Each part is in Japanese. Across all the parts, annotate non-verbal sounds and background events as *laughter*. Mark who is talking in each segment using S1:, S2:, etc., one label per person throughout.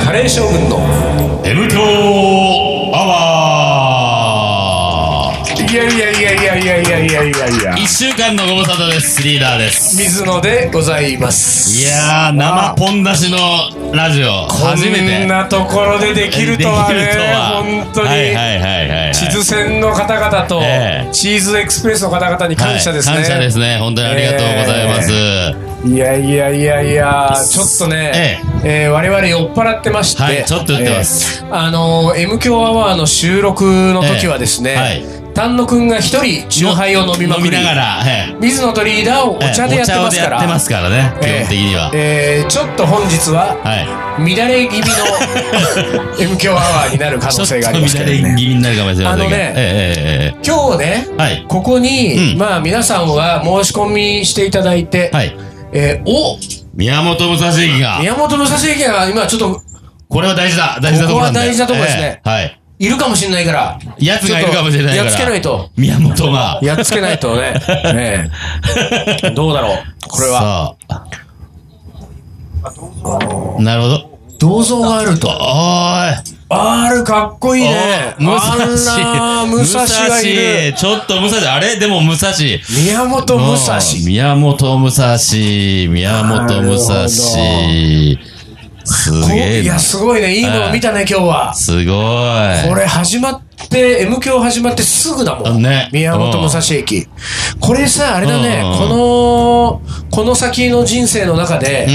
S1: 平将軍の
S2: M 強アワー
S1: いやいやいやいやいやいやいやいやいや
S2: 一週間のご無沙汰です。リーダーです。
S1: 水野でございます
S2: いやー、生ポン出しのラジオ、初めて。
S1: こんなところでできるとは
S2: できるとは
S1: ね本当に、
S2: はいはいはいはいはい。
S1: 地図船の方々と、
S2: ええ
S1: チーズエクスプレスの方々に感謝ですね、
S2: はい感謝ですね。本当にありがとうございます。
S1: いやいやいやいやちょっとね、えー我々酔っ払ってまして、
S2: はいちょっと酔ってます、
S1: えーあのー、M 強アワーの収録の時はですね、
S2: え
S1: 丹野くんが一人チューハイを飲みまくり
S2: ながら、ええ
S1: 水野とリーダーをお茶でやってますから、
S2: お茶をやってますからね、基
S1: えー
S2: 本的には。
S1: えーちょっと本日は
S2: は
S1: 乱れ気味の
S2: *laughs*
S1: M 強アワーになる可
S2: い。ちょ
S1: 能
S2: っと
S1: 性があ
S2: 乱
S1: りま
S2: れ
S1: す
S2: 気
S1: けどね
S2: 味になるかもしれませんが。
S1: あのね
S2: えええ
S1: 今日ね、
S2: えはい。
S1: ここに、
S2: うん
S1: まあ皆さんは申し込みしていただいて、
S2: はい。
S1: えーお
S2: 宮本武蔵関が、
S1: 宮本武蔵駅が今ちょっと
S2: これは大事だ。大事なところなん
S1: ここは
S2: で
S1: 大事なとこですね
S2: ええはい。
S1: いるかもしれないから。
S2: やつがいるかもしれないから。
S1: ちょっとやっつけないと。
S2: 宮本が。
S1: やっつけないと
S2: *laughs*
S1: ね。ねえどうだろうこれは。
S2: は。なるほど。
S1: 銅像があると。
S2: おーい。
S1: あるかっこいいね。
S2: おー武蔵
S1: あら武蔵がいる。
S2: ちょっと武蔵、あれでも武蔵。
S1: 宮本武蔵。
S2: もう宮本武蔵。宮本武
S1: な
S2: 蔵。
S1: る
S2: す
S1: こう
S2: げえ
S1: い
S2: な。
S1: や、
S2: す
S1: すごいね。いいもの見たね、今日は。
S2: ごい。
S1: これ始まって、M 響始まってすぐだもん。
S2: ね
S1: 宮本武蔵駅。これさ、あれだね、
S2: うん
S1: この、この先の人生の中で、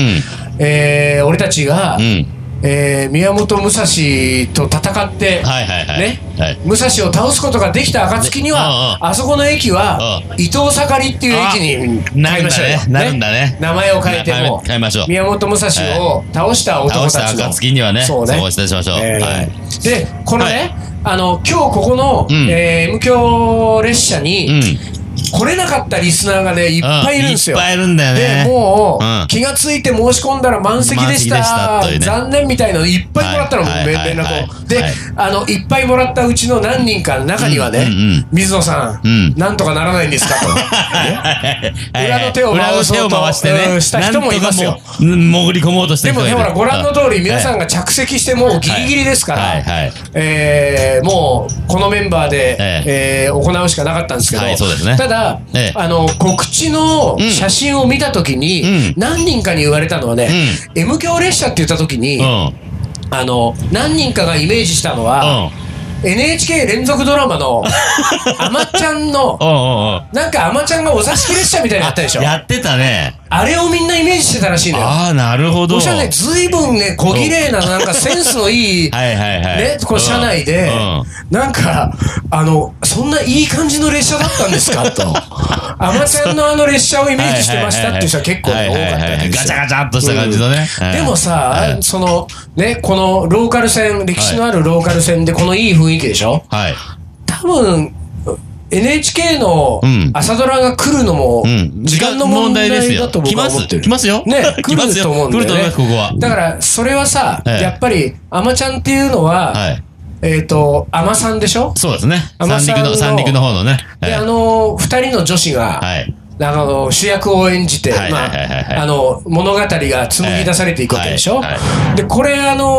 S1: えー俺たちが、
S2: うん。うん。
S1: えー宮本武蔵と戦って、
S2: はいはいはい。
S1: ね、
S2: はい。
S1: 武蔵を倒すことができた暁には、
S2: うん
S1: あそこの駅は、
S2: う
S1: 伊藤盛りっていう駅に
S2: あな
S1: 変え
S2: るんだね
S1: ましょうよ
S2: なるんだね
S1: 名前を変えて
S2: 変
S1: も
S2: え、変えましょう
S1: 宮本武蔵を倒した男
S2: 倒
S1: た
S2: した
S1: ちの。
S2: 暁にはね、
S1: そうね。
S2: をいたしましょう。
S1: えー
S2: はい。
S1: で、このね、あの、今日ここの、
S2: うん
S1: えー、無教列車に、
S2: うん。
S1: 来れなかったリスナーがね、いっぱいいるんですよ。
S2: ういっぱいいるんだよね。
S1: で、もう、
S2: うん
S1: 気がついて申し込んだら満席でした。
S2: 満席でしたというね
S1: 残念みたいなのいっぱいもらったの、
S2: はい
S1: 連
S2: はい
S1: 連
S2: はい
S1: 絡
S2: は
S1: を。
S2: い
S1: で、
S2: はい
S1: あの、いっぱいもらったうちの何人かの中にはね、
S2: うんうんうん
S1: 水野さん、
S2: うん
S1: なんとかならないんですか
S2: *laughs*
S1: と。ね
S2: はい
S1: 裏の手を
S2: 裏
S1: 回
S2: の
S1: そうと
S2: 手を回して
S1: う
S2: ね。
S1: んした人もいますよ
S2: なんとかもううん潜り込もうとして
S1: で
S2: る人
S1: も
S2: がい
S1: ね、
S2: る
S1: ほら、ご覧の通り、皆さん
S2: は
S1: が着席してもうギリギリですから、
S2: はいはいはい
S1: えーもう、このメンバーで、
S2: え
S1: えー行うしかなかったんですけど、
S2: はいそうですね
S1: ただ、
S2: ええ
S1: あの、告知の写真を見たときに、
S2: うん
S1: 何人かに言われたのはね、M 強列車って言ったときに、
S2: い
S1: あの、何人かがイメージしたの
S2: うん。
S1: は、NHK 連続ドラマ
S2: *laughs*
S1: の、あまちゃんの、
S2: うん。うんうんうん。
S1: なんかあまちゃんがお座敷列車みたいなのやったでしょ
S2: やってたね。
S1: あれをみんなイメージしてたらしいのよ。
S2: ああ、なるほど。
S1: おしゃれ、ずいぶんね、小綺麗な、なんかセンスのいい、
S2: はいはいはい。
S1: ね、こう車内で
S2: うんうん、
S1: なんか、あの、そんないい感じの列車だったんですか
S2: *laughs*
S1: と。アマちゃんのあの列車をイメージしてましたっていう人は結構
S2: は
S1: ね
S2: いは
S1: 多
S2: いはい
S1: かったわけですよ
S2: ガチャガチャっとした感じのね。
S1: うん
S2: はい
S1: でも
S2: は
S1: さ、
S2: い
S1: その、ね、このローカル線、歴史のあるローカル線でこのいい雰囲気でしょ
S2: はい。
S1: 多分、NHK の
S2: うん
S1: 朝ドラが来るのも
S2: う、ん。
S1: 時間の問題
S2: です
S1: だ
S2: よ。
S1: と僕
S2: 来
S1: は
S2: ま
S1: 思って
S2: す。
S1: る。
S2: 来ますよ。
S1: ね、
S2: *laughs* 来
S1: 来
S2: ま
S1: る
S2: すよ。
S1: と思うん
S2: 来
S1: だ
S2: ると思い
S1: よ
S2: ま
S1: ね。
S2: す、ここは。
S1: だから、それはさ、
S2: ええ
S1: やっぱり、アマちゃんっていうのは、
S2: はい。
S1: えっ、と、アマさんでしょ
S2: そうですね。
S1: 甘
S2: 三
S1: さ
S2: 陸
S1: んの
S2: の、三陸の方のね。
S1: で、
S2: は
S1: あ
S2: い
S1: のー二人の女子が、
S2: はい。
S1: あのー主役を演じて、
S2: はい
S1: ま
S2: はいはいはい
S1: あ、あのー物語が紡ぎ出されていくわけでしょ、
S2: はいはい
S1: で、これ、あの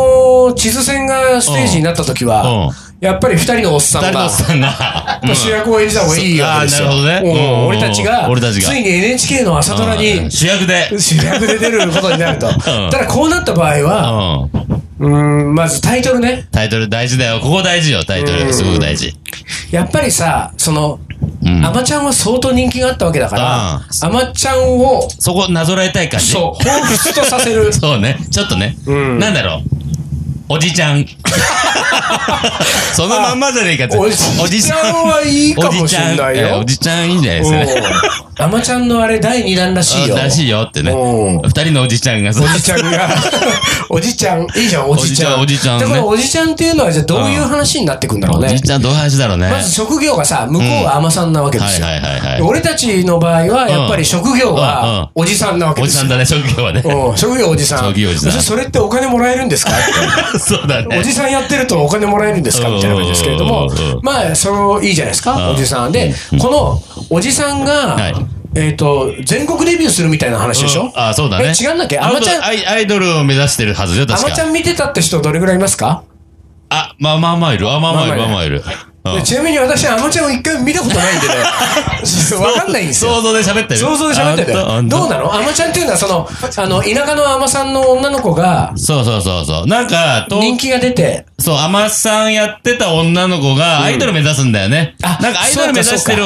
S1: ー地図戦がステージになった時は、
S2: う
S1: やっぱり二人のおっさ
S2: 二
S1: ん
S2: 人のお
S1: が
S2: っ、さんが。うん
S1: 主役を演じた方がいいわけですよ。
S2: あーなるほどね
S1: うん
S2: うん
S1: 俺たちが、
S2: 俺たちが
S1: ついに NHK の朝ドラ
S2: う
S1: に
S2: ん、主役で。
S1: 主役で出ることになると。ただ、こうなった場合は、
S2: うん
S1: うん、まずタイトルね。
S2: タイトル大事だよ。ここ大事よ、タイト
S1: うん
S2: ル。すごく大事。
S1: やっぱりさ、その、
S2: うん
S1: アマちゃんは相当人気があったわけだから、アマちゃんを、
S2: そこ、なぞらえたい感じ。
S1: そう、彷彿とさせ
S2: *laughs*
S1: る。
S2: そうね。ちょっとね。
S1: うん
S2: なんだろう。おじち
S1: *laughs*
S2: ゃん。そのまんまじゃねえかって。
S1: おじちゃんはいいかもしんないよ
S2: おじちゃんえーおじちゃんいいんじゃないですかね。
S1: アマちゃんのあれ第2弾らしいよ。
S2: らしいよってね。
S1: うん
S2: 二人のおじちゃんが
S1: おじちゃん
S2: *laughs*
S1: が、おじちゃん、いいじゃん、おじちゃん。
S2: おじちゃんおじちゃんね
S1: で、このおじちゃんっていうのは、じゃあどういう話になってくんだろう
S2: お
S1: ね
S2: じ。ちゃんどういう話だろうね。
S1: まず職業がさ、向こうは海さんなわけですよ
S2: はいはいはいはい。
S1: 俺たちの場合は、やっぱり職業
S2: うんうん
S1: はおじさんなわけ
S2: お
S1: で
S2: じさ
S1: す
S2: ん
S1: よ。
S2: だね、職業はね。
S1: うん職業おじさん。
S2: 職業おじさん
S1: そそれってお金もらえるんですかって
S2: *laughs* そうだね。
S1: おじさんやってるとお金もらえるんですかみたいな感じですけれども
S2: うんうんうんうん、
S1: まあ、そのいいじゃないですか、
S2: うん
S1: おじさん。で、このおじさんが
S2: はい、
S1: えっ、と、全国デビューするみたいな話でしょ、
S2: あそうだね。
S1: え違うんだっけ
S2: あの
S1: アマちゃん
S2: アイアイドルを目指してるはずよ、
S1: あ
S2: 確
S1: まちゃ
S2: か。
S1: ん見てたって人どれぐらいいますか、
S2: あ、まあまあまあいる。あ、まあまあいる、
S1: ま
S2: ま
S1: あ
S2: あ
S1: ま
S2: まあいる。うん
S1: でちなみに私、あまちゃんを一回も見たことないんで
S2: *laughs*
S1: ね、そうわかんないんですよ。
S2: 想像で喋ってる。
S1: 想像で喋ってた
S2: あほ
S1: よ。
S2: んと
S1: ど
S2: ほ
S1: うん
S2: と
S1: なのあまちゃんっていうのは、その、あの、田舎のあまさんの女の子が、
S2: そうそうそうそう。なんか、と
S1: 人気が出て、
S2: そう、アマさんやってた女の子がアイドル目指すんだよね。
S1: あ
S2: なんかアイドル目指してる、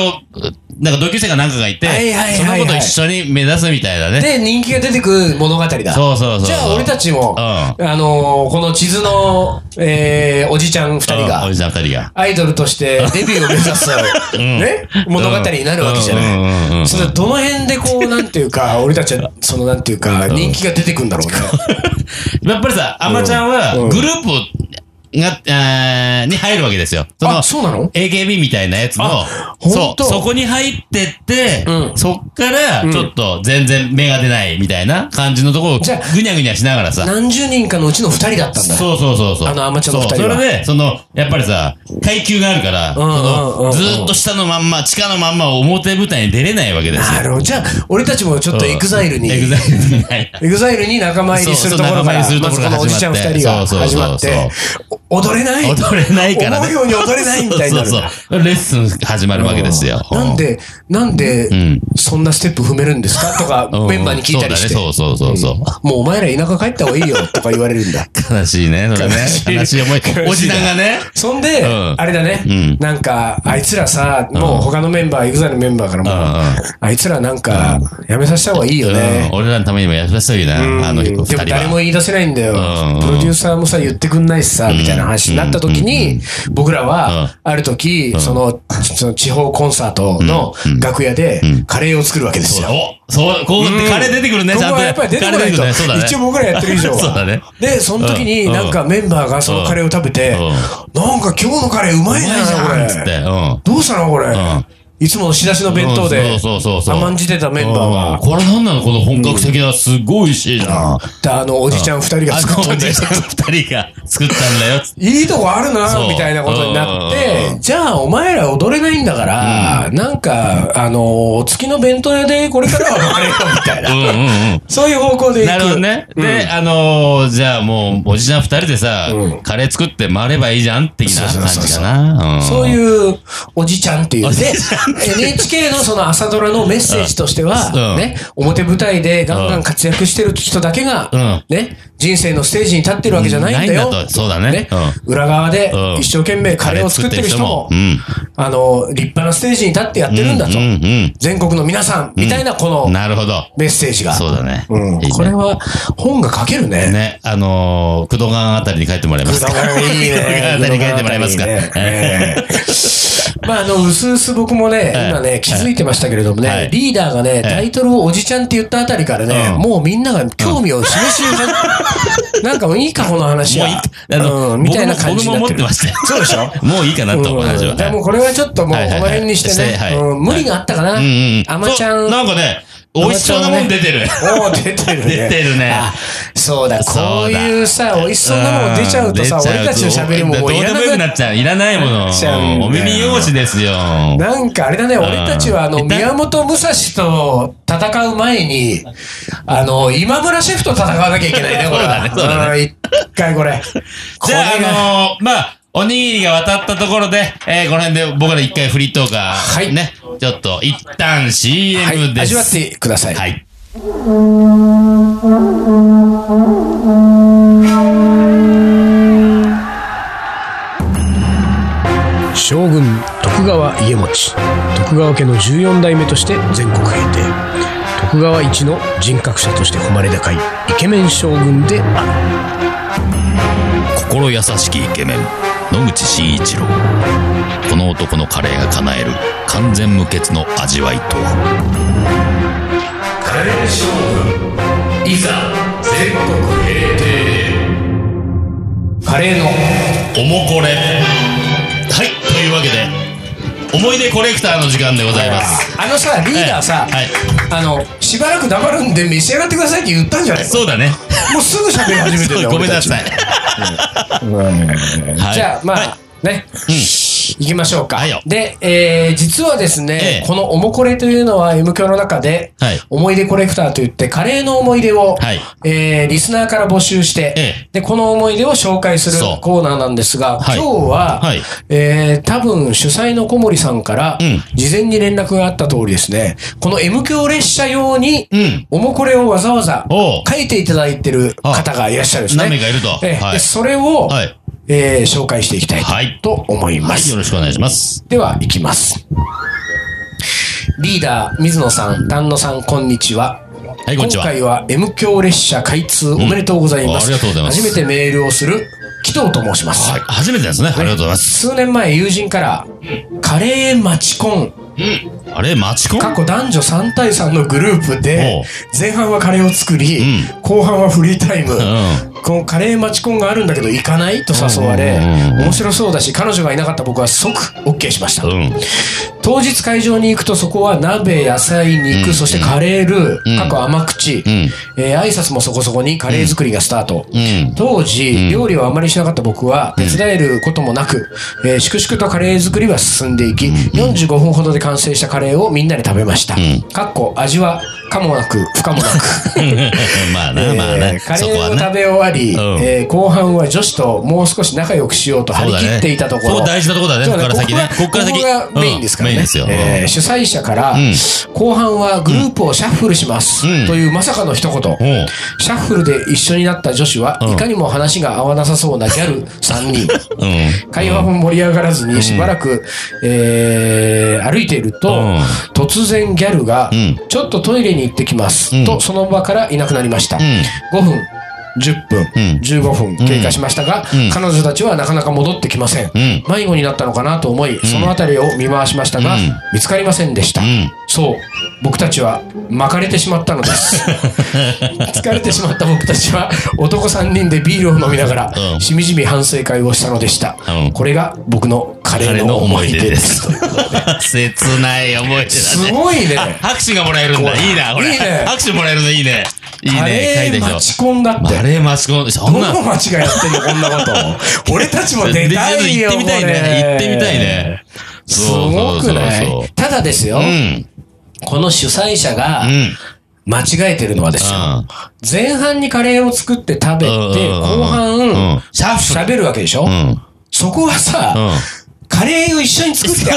S2: なんか同級生かなんかがいて、
S1: はいはいはい
S2: そ
S1: は
S2: の
S1: い
S2: 子と一緒に目指すみたいだね。
S1: で、人気が出てく物語だ。
S2: そうそうそうそう。
S1: じゃあ、俺たちも、
S2: うん
S1: あのーこの地図の、えーおじちゃん二人
S2: うん
S1: が
S2: お、じさん二人が。
S1: アイドルとしてデビューを目指
S2: *laughs*
S1: す、ね、物語になるわけじゃ
S2: うんうんうんうん
S1: な
S2: う
S1: い。
S2: ん
S1: それはどの辺でこう、なんていう
S2: *laughs*
S1: か、俺たちは、そのなんていうか、人気が出てくんだろうね。
S2: やっぱりさ、アマちゃんは
S1: うん
S2: グループが、えーに入るわけですよ。その
S1: あ、そうなの
S2: AKB みたいなやつの
S1: あ、ほん
S2: そ
S1: と
S2: う、そこに入ってって、
S1: うん
S2: そっから、ちょっと全然芽が出ないみたいな感じのところを
S1: じゃあ
S2: ぐにゃぐにゃしながらさ、
S1: 何十人かのうちの二人だったんだ。
S2: そうそうそうそう。
S1: あのアマチュアの二人
S2: そう
S1: は
S2: それで、その、やっぱりさ、階級があるから、
S1: ん
S2: そ
S1: うんうんうん
S2: のずーっと下のまんま、地下のまんま表舞台に出れないわけです
S1: な
S2: よ。
S1: るほど。じゃあ、俺たちもちょっとエグザイルに、
S2: エ
S1: エ
S2: グザイルにないな。
S1: グザイルに仲間入りするところから、ま
S2: そう
S1: ず
S2: そう
S1: こ
S2: 仲間
S1: の
S2: 入りするところから
S1: おじちゃん二人が
S2: そうそう
S1: 始
S2: そう
S1: まって、お踊れない
S2: *laughs* 踊れないから
S1: 思う
S2: ね。
S1: ように踊れないみたいになる。
S2: *laughs* そうそうそう。レッスン始まるわけですよ。
S1: なんで、なんで
S2: ん、
S1: そんなステップ踏めるんですかとか
S2: うん、
S1: メンバーに聞いたりして。
S2: そうだね、そうそうそう。
S1: もうお前ら田舎帰った方がいいよとか言われるん
S2: *laughs*
S1: だ。
S2: そう悲しいね、それね。悲しい思い。おじさんがね。
S1: そんで、
S2: うん
S1: あれだね、
S2: うん
S1: なんか、あいつらさ、もう他のメンバー、エグザイルのメンバーからも、
S2: うんうん
S1: あいつらなんか、やめさせた方がいいよね。
S2: うん、俺らのためにも優しそうにな、あの
S1: う
S2: 二
S1: ん
S2: 人
S1: でも誰も
S2: は。
S1: 言い出せないんだよ
S2: うんう。ん
S1: プロデューサーもさ、言ってくんないしさ、みたいな話になった時に、僕ら
S2: うん
S1: は、ある時、その、その地方コンサートの楽屋で、カレーを作るわけです
S2: そう
S1: よ
S2: だ。。おそう、こう、カレー出てくるね、
S1: こ
S2: ち
S1: こ
S2: ゃんと
S1: は
S2: ね。
S1: やっぱり出てこないと
S2: カレー出てくるねそうだね。
S1: 一応僕らやってる以上は
S2: そうだね。
S1: で、その時に
S2: うん
S1: なんかメンバーがそのカレーを食べて、
S2: うん
S1: なんか今日のカレーうまいな、こ
S2: つっ
S1: れ。
S2: て。うん。
S1: どうしたのこれ
S2: ん。
S1: いつもの仕出しの弁当で
S2: うんそうそうそう、そう
S1: 甘んじてたメンバー
S2: うん
S1: は、
S2: これなんなのこの本格的な、すごい美味しいな。あ
S1: であの、おじちゃん二人が作ったんだよ
S2: 二人が作ったんだよ。つって
S1: *laughs* いいとこある
S2: そ
S1: な、
S2: う
S1: みたいなことになっ
S2: うんうん
S1: て
S2: う、
S1: じゃあお前ら踊れないんだから、なんか、あの、お月の弁当屋でこれからは踊れよ、み
S2: *laughs*
S1: たい
S2: うん
S1: な。
S2: うんうん。
S1: そういう方向でいく。
S2: なるほどね。で、あのー、じゃあもう、おじちゃん二人でさ、カレー作って回ればいいじゃんっていうな
S1: そう
S2: 感
S1: そうそう
S2: じ
S1: そう
S2: かな。
S1: そう
S2: うん。
S1: いうおじちゃんっていうね、NHK のその朝ドラのメッセージとしては、
S2: うん
S1: ね、表舞台でガンガン活躍してる人だけ
S2: う
S1: が
S2: ん、
S1: ね、人生のステージに立ってるわけじゃないんだ
S2: な
S1: よ
S2: いんだ。とそうだね
S1: 裏側で
S2: うん
S1: 一生懸命カレーを作ってる人も
S2: カレー作ってる、
S1: あの、立派なステージに立ってやってるんだと
S2: うんう。ん
S1: 全国の皆さん、みたいなこ
S2: う
S1: の
S2: ん。なるほど。
S1: メッセージが。
S2: そうだね。
S1: うん
S2: いいね
S1: これは本が書けるね。
S2: ね、あのー、クドガンあたりに書いてもらえますか。
S1: いいね。
S2: あたりに書いてもらえますか。
S1: ねええ *laughs* まあ、あの、うすうす僕もね、
S2: い
S1: 今ね、気づいてましたけれども
S2: は
S1: ね
S2: い、
S1: リーダーがね、タイトルをおじちゃんって言ったあたりからね、
S2: うん
S1: もうみんなが興味を示しよ
S2: *laughs*
S1: うなんかもういいか、この話
S2: もう
S1: はい
S2: い。あの、
S1: うんみたいな感じになって
S2: 僕も僕も思って
S1: る
S2: ま。したよ。
S1: そうでしょ
S2: もういいかなと、
S1: うん
S2: 話は。
S1: じゃあもうこれはちょっともうこ
S2: はいはいはい
S1: の辺にして
S2: しては
S1: ね
S2: い
S1: うん、無理があったかな。
S2: うんうんうん。
S1: あまちゃ。
S2: そうんなんかね、美味しそうなもん出てる。
S1: おお、出てるね。
S2: 出てるね
S1: あそうだ、
S2: そうだ
S1: こういうさ、美味しそうなもん出ちゃうとさ、
S2: *laughs* ん出ちゃ
S1: 俺
S2: う
S1: たちの喋りももういら
S2: どうで
S1: な
S2: もよく
S1: く
S2: なっちゃう。いらないもの。
S1: なっちゃうんだよ
S2: お耳汚しですよ。
S1: なんかあれだね、俺たちはあの、
S2: うん
S1: 宮本武蔵と戦う前に、あの、今村シェフと戦わなきゃいけないね、これは。
S2: そうだねそうだ
S1: ね。一回これ。
S2: じゃあ、
S1: これが
S2: あのー、まあ、おにぎりが渡ったところで、えー、この辺で僕ら一回フリートーカー、
S1: はい
S2: ね、ちょっと一旦 CM
S1: はい、
S2: で
S1: 味
S2: す。
S1: わってください。
S2: はい。
S1: 将軍徳川家持徳川家の14代目として全国平定徳川一の人格者として誉れ高いイケメン将軍である
S2: 心優しきイケメン野口真一郎この男のカレーが叶える完全無欠の味わいとは
S1: カレー将軍いざ全国平定カレーの
S2: おもこれはいというわけで思い出コレクターの時間でございます
S1: あのさリーダーさ、
S2: はいはい
S1: あのしばらく黙るんで召し上がってくださいって言ったんじゃないの
S2: そうだね
S1: もうすぐ喋り始めてる
S2: そう
S1: よ
S2: ごめんなさい、
S1: 俺たちもじゃあまあ、ね、行きましょうか。
S2: はいよ
S1: で、えー実はですね、
S2: ええ
S1: このおもこれというのは M 教の中で、
S2: はい
S1: 思い出コレクターといって、カレーの思い出を、
S2: はい
S1: えーリスナーから募集して、
S2: え
S1: で、
S2: え
S1: この思い出を紹介する
S2: そう
S1: コーナーなんですが、
S2: はい
S1: 今日は、
S2: はい
S1: えー多分主催の小森さんから、
S2: うん
S1: 事前に連絡があった通りですね、この M 教列車用に、
S2: うん
S1: おもこれをわざわざ
S2: おう
S1: 書いていただいてる方がいらっしゃるんですね。
S2: 何名かいると
S1: ええ
S2: はい
S1: でそれを、
S2: はい
S1: えー紹介していきたいと,、
S2: はい
S1: 思いま
S2: はい、
S1: す。
S2: よろしくお願いします。
S1: では、いきます。リーダー、水野さん、丹野さん、こんにちは。
S2: はい、こんにち
S1: 今
S2: は。
S1: 回は M 強列車開通おめでとうございます。
S2: あありがとうございます
S1: 初めてメールをする、紀藤と申します。
S2: はい、初めてですね。ありがとうございます。
S1: 数年前、友人から、カレーマチコン、
S2: あれ、マチコン
S1: 過去男女3対3のグループ
S2: お
S1: で
S2: う、
S1: 前半はカレーを作り、
S2: う
S1: 後半はフリータイム、
S2: うん。
S1: このカレーマチコンがあるんだけど行かないと誘われ、
S2: うんうんうん
S1: 面白そうだし、彼女がいなかった僕は即 OK しました。
S2: うん。
S1: 当日会場に行くとそこは鍋、野菜、肉、そしてカレールー、過去甘口、
S2: ん
S1: えー挨拶もそこそこにカレー作りがスタート。
S2: うん。
S1: 当時、料理をあまりしなかった僕は、手伝えることもなく、えー粛々とカレー作りは進んでいき、45分ほどで完成したカレーをみんなで食べました。かっこ、味は、かもなく、不可もなく。
S2: まあね、まあ
S1: え
S2: ね。
S1: ーカ
S2: そ
S1: レ
S2: こ
S1: ー
S2: は
S1: を食
S2: ね。
S1: べ終わり、
S2: うん
S1: えー後半は女子ともう少し仲良くしようと張り切っていたところ。
S2: そうだねここ大事なとこだね
S1: そう
S2: ここから先ね
S1: ここがこ
S2: ここから先
S1: こがメインですからね。
S2: うんメインですよ
S1: えー主催者から、
S2: ん
S1: 後半はグループをシャッフルします、
S2: うん
S1: というまさかの一言。
S2: おう
S1: シャッフルで一緒になった女子は、いかにも話が合わなさそうなギャル3人。
S2: うん。
S1: 会話も盛り上がらずにしばらく、えー歩いていると、
S2: うん
S1: 突然ギャルが、
S2: ん
S1: ちょっとトイレに行ってきます、
S2: うん
S1: とその場からいなくなりました、5分10分、
S2: ん
S1: 15分経過しましたが、
S2: ん
S1: 彼女たちはなかなか戻ってきません、
S2: ん
S1: 迷子になったのかなと思い、その辺りを見回しましたが、
S2: うん
S1: 見つかりませんでした、
S2: ん
S1: そう僕たちは巻かれてしまったのです
S2: *laughs*
S1: 疲れてしまった僕たちは男3人でビールを飲みながら、
S2: うん
S1: しみじみ反省会をしたのでした、
S2: うん
S1: これが僕のカレ
S2: 彼
S1: ーの
S2: の
S1: 思
S2: 思
S1: い
S2: い
S1: 出
S2: 出
S1: で。
S2: ですす。切ない思い出だ
S1: す
S2: ね。
S1: ごいね。
S2: 拍手がもらえるんだ。いいな、これ。
S1: いいね
S2: 拍手もらえるのいいね。いいね
S1: カ、レ
S2: 書いて
S1: ー
S2: き
S1: 待
S2: た。
S1: ち込んだっ
S2: カ
S1: て。
S2: レーマチコン。そ
S1: ど
S2: ん
S1: の
S2: な。
S1: 町がやってんのこんな
S2: *laughs*
S1: こと。俺たちも出たいよ。
S2: 行ってみたい
S1: こ
S2: ね。
S1: れ
S2: 行ってみたいね。
S1: す
S2: そう
S1: ごくな
S2: そうそう
S1: いただですよ
S2: そうう、ん。
S1: この主催者が
S2: うん。
S1: 間違えてるのはですよ。前半にカレーを作って食べて、
S2: うんうんうん
S1: 後
S2: う
S1: 半
S2: ん、シャッフル
S1: 喋るわけでしょ
S2: うん。
S1: そこはさ
S2: う、ん。
S1: カレーを一緒に作 *laughs* って温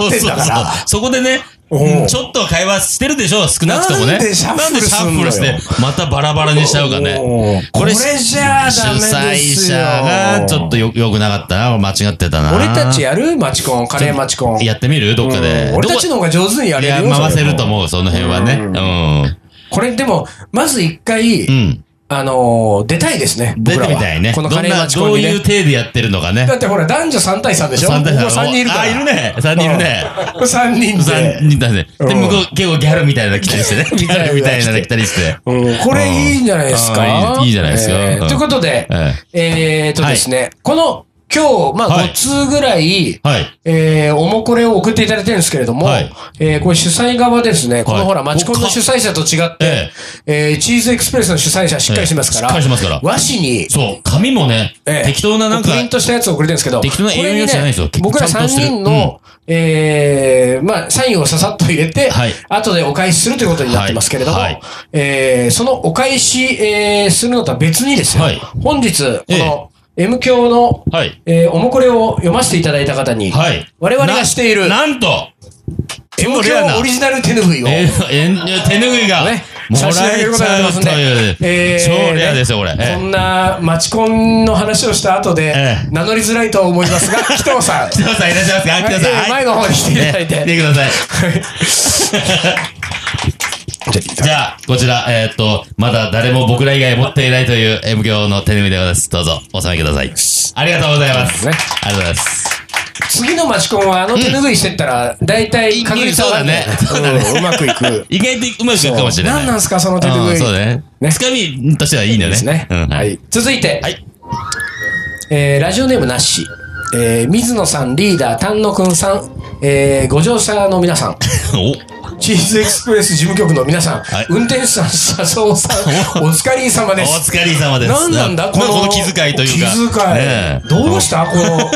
S1: まってんだから、
S2: そこでね、
S1: おう
S2: ちょっと会話してるでしょ、少なくともね。
S1: なんでシャッフルすんのよ
S2: なんでシャッフルして、またバラバラにしちゃうか
S1: おう
S2: ね。
S1: これじゃあ
S2: 主
S1: ダメ
S2: 催
S1: です
S2: 者
S1: よ。
S2: が、ちょっとよ、良くなかったな。間違ってたな。
S1: 俺たちやるマチコン、カレーマチコン。
S2: やってみるどっかで
S1: う。ん俺たちの
S2: ど
S1: 方が上手にや
S2: こい
S1: れ
S2: や、
S1: るよ。
S2: 回せると
S1: う。
S2: 思う、その辺はね。
S1: これでも、まず一回、
S2: うん。うん。
S1: あのー、出たいですね。
S2: 出
S1: 僕ら
S2: て
S1: は
S2: みたいね。
S1: この
S2: ど
S1: カ
S2: ん
S1: レー
S2: な、
S1: マチ
S2: ど
S1: コン
S2: う
S1: に
S2: いう
S1: ね。
S2: 体でやってるのかね
S1: だ。ってほら、男女3対3でしょ
S2: 三対三
S1: もう3人いるから。
S2: あ、いるね。3人いるね。
S1: これ3人で。
S2: 三人だね。
S1: う
S2: で、
S1: ん
S2: 向こう結構ギャルみたいなの来たりして
S1: *laughs*
S2: ね。ギャルみたいなの来たりして。
S1: うんこれいいんじゃないですか
S2: うんいいいいじゃないですか
S1: えー
S2: うん
S1: ということで、
S2: え
S1: えーっとですね、この今日、ま
S2: は
S1: あ
S2: い
S1: 5通ぐらい、
S2: はい。
S1: えー、おもこれを送っていただいてるんですけれども、
S2: はい
S1: えーこれ主催側ですね、この
S2: はい
S1: ほら、マチコンの主催者と違って、えーチーズエクスプレスの主催者しっかりしてますから、
S2: ええしっかりしてますから
S1: 和紙に、
S2: そう、紙もね、
S1: ええ
S2: 適当ななんか
S1: プ、リントしたやつを送れてるんですけど、
S2: 適当な
S1: これに
S2: A4 じゃないですよ
S1: ね、僕ら
S2: ちゃん
S1: 3
S2: としてる
S1: 人の、えーまあ、サインをささっと入れて、
S2: はい
S1: 後でお返しするということになってますけれども、
S2: はいはい
S1: えーそのお返し、えーするのとは別にですよ、
S2: はい
S1: 本日、この M 教の、
S2: はい。
S1: えーおもこれを読ませていただいた方に、
S2: はい。
S1: 我々がしている
S2: ななんと、
S1: M
S2: レアな
S1: 教オリジナル手ぬぐいを、
S2: えー、えー手ぬぐいが、
S1: ね
S2: もらえちゃうという、超レアですよ、これ。え
S1: こ
S2: え
S1: んなマチコンの話をした後で、
S2: ええ
S1: 名乗りづらいとは思い
S2: *laughs*
S1: ますが、紀藤さん、
S2: 北野さんいらっしゃいますか北野さん。
S1: え
S2: は
S1: ー
S2: い
S1: 前の方に来ていただいて。
S2: ね来てください。じ
S1: じゃ
S2: ゃあ、こちら、えーっと、まだ誰も僕ら以外持っていないという M 教の手ぬぐいでございます。どうぞ、お納めください。ありがとうございます。
S1: ね
S2: ありがとうございます。
S1: あ次のマチコンはあの手拭いしてったら、大体確率は
S2: そうだね
S1: うんうまくいく。
S2: 意外とうまくいくかもしれない。
S1: 何なんすか、その手拭
S2: う
S1: い。
S2: んそうだね。
S1: ね
S2: つかみとしてはいいんだよ
S1: で
S2: ね。
S1: すね。
S2: うん、
S1: は
S2: はい。
S1: い。続いて、
S2: はい。
S1: えーラジオネームなし。えー水野さん、リーダー、丹野くんさん、えーご乗車の皆さん。
S2: *laughs* お、
S1: チーズエクスプレス事務局の皆さん、
S2: はい
S1: 運転手さん、車掌さん、お疲れ様で
S2: お
S1: す。
S2: 疲れ様です。
S1: 何なんだこ
S2: この
S1: の
S2: この気遣いというか。
S1: 気遣い。
S2: *laughs* ねえ
S1: どうしたこの、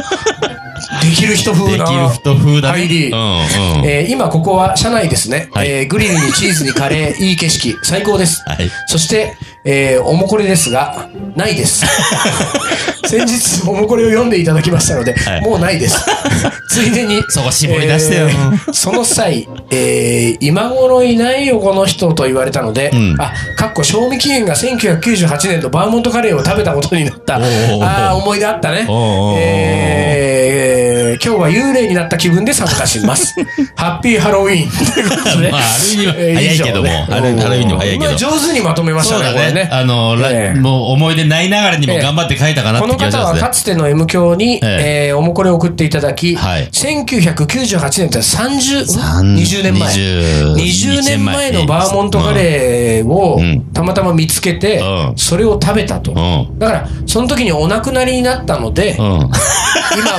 S1: できる人風
S2: で
S1: な
S2: きる人風だね。
S1: 入り
S2: うんうん。
S1: えー今ここは車内ですね、
S2: はい
S1: えーグリル
S2: *laughs*
S1: にチーズにカレー、いい景色、最高です。
S2: はい
S1: そして、えーおもこれですが、ない
S2: *laughs*
S1: です。先日、おもこれを読んでいただきましたので、
S2: はい
S1: もうない
S2: *laughs*
S1: です。ついでに、
S2: そこ絞り出してよ
S1: えーその際、えー今頃いないよ、この人と言われたので、
S2: ん
S1: あ、かっこ賞味期限が1998年とバーモントカレーを食べたことになった。あ
S2: おー
S1: あー、思い出あったね。
S2: *laughs* おーおーおー
S1: えー今日は幽霊になった気分で参加し
S2: *laughs*
S1: ます。ハッピーハロウィーン。
S2: まあ、ある意味は早いけども、あるある意味には早いけ
S1: まあ
S2: ど。
S1: 上手にまとめまし
S2: そ
S1: たね、
S2: うだ
S1: これ
S2: ね
S1: ね。。
S2: あの、ら
S1: ええ
S2: もう思い出ないながらにも頑張って書いたかなっ
S1: この
S2: て気がし
S1: 方
S2: ま
S1: は
S2: す
S1: か
S2: ね。
S1: つての M 教に、
S2: え
S1: えーおもこれを送っていただき、
S2: はい
S1: 1998年って30、
S2: 三
S1: 20年前。
S2: 20
S1: 20年前のバーモントカレーを
S2: うん
S1: たまたま見つけて
S2: う、ん
S1: それを食べたと。
S2: うん。
S1: だから、その時にお亡くなりになったので、
S2: う
S1: 今
S2: ん。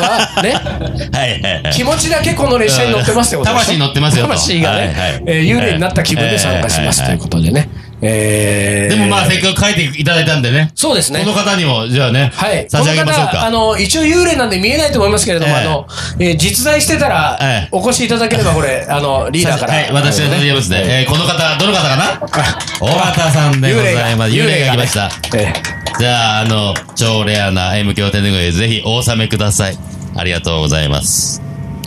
S2: は
S1: はね、
S2: いはいはい。
S1: 気持ちだけこの列車に乗ってますってことでしょ
S2: 魂乗ってますよと
S1: 魂がね、
S2: はいはい
S1: えー幽霊になった気分で参加します
S2: ええ
S1: ということでね。えー
S2: でもまあ、せっかく書いていただいたんでね。
S1: そうですね。
S2: この方にも、じゃあね、
S1: はい。
S2: 差し上げましょう
S1: この方あ
S2: か。
S1: の、一応幽霊なんで見えないと思いますけれども、
S2: ええ
S1: あの、えー実在してたら、
S2: ええ
S1: お越しいただければ、こ
S2: *laughs*
S1: れ、あの、リーダーから。
S2: はい、私がいただきますね。えーこの方、どの方かな小畑さんでございます。幽霊が来ました。
S1: ええ
S2: じゃあ、あの、超レアな M 教手ぬぐい、ぜひお納めください。ありがとうございます。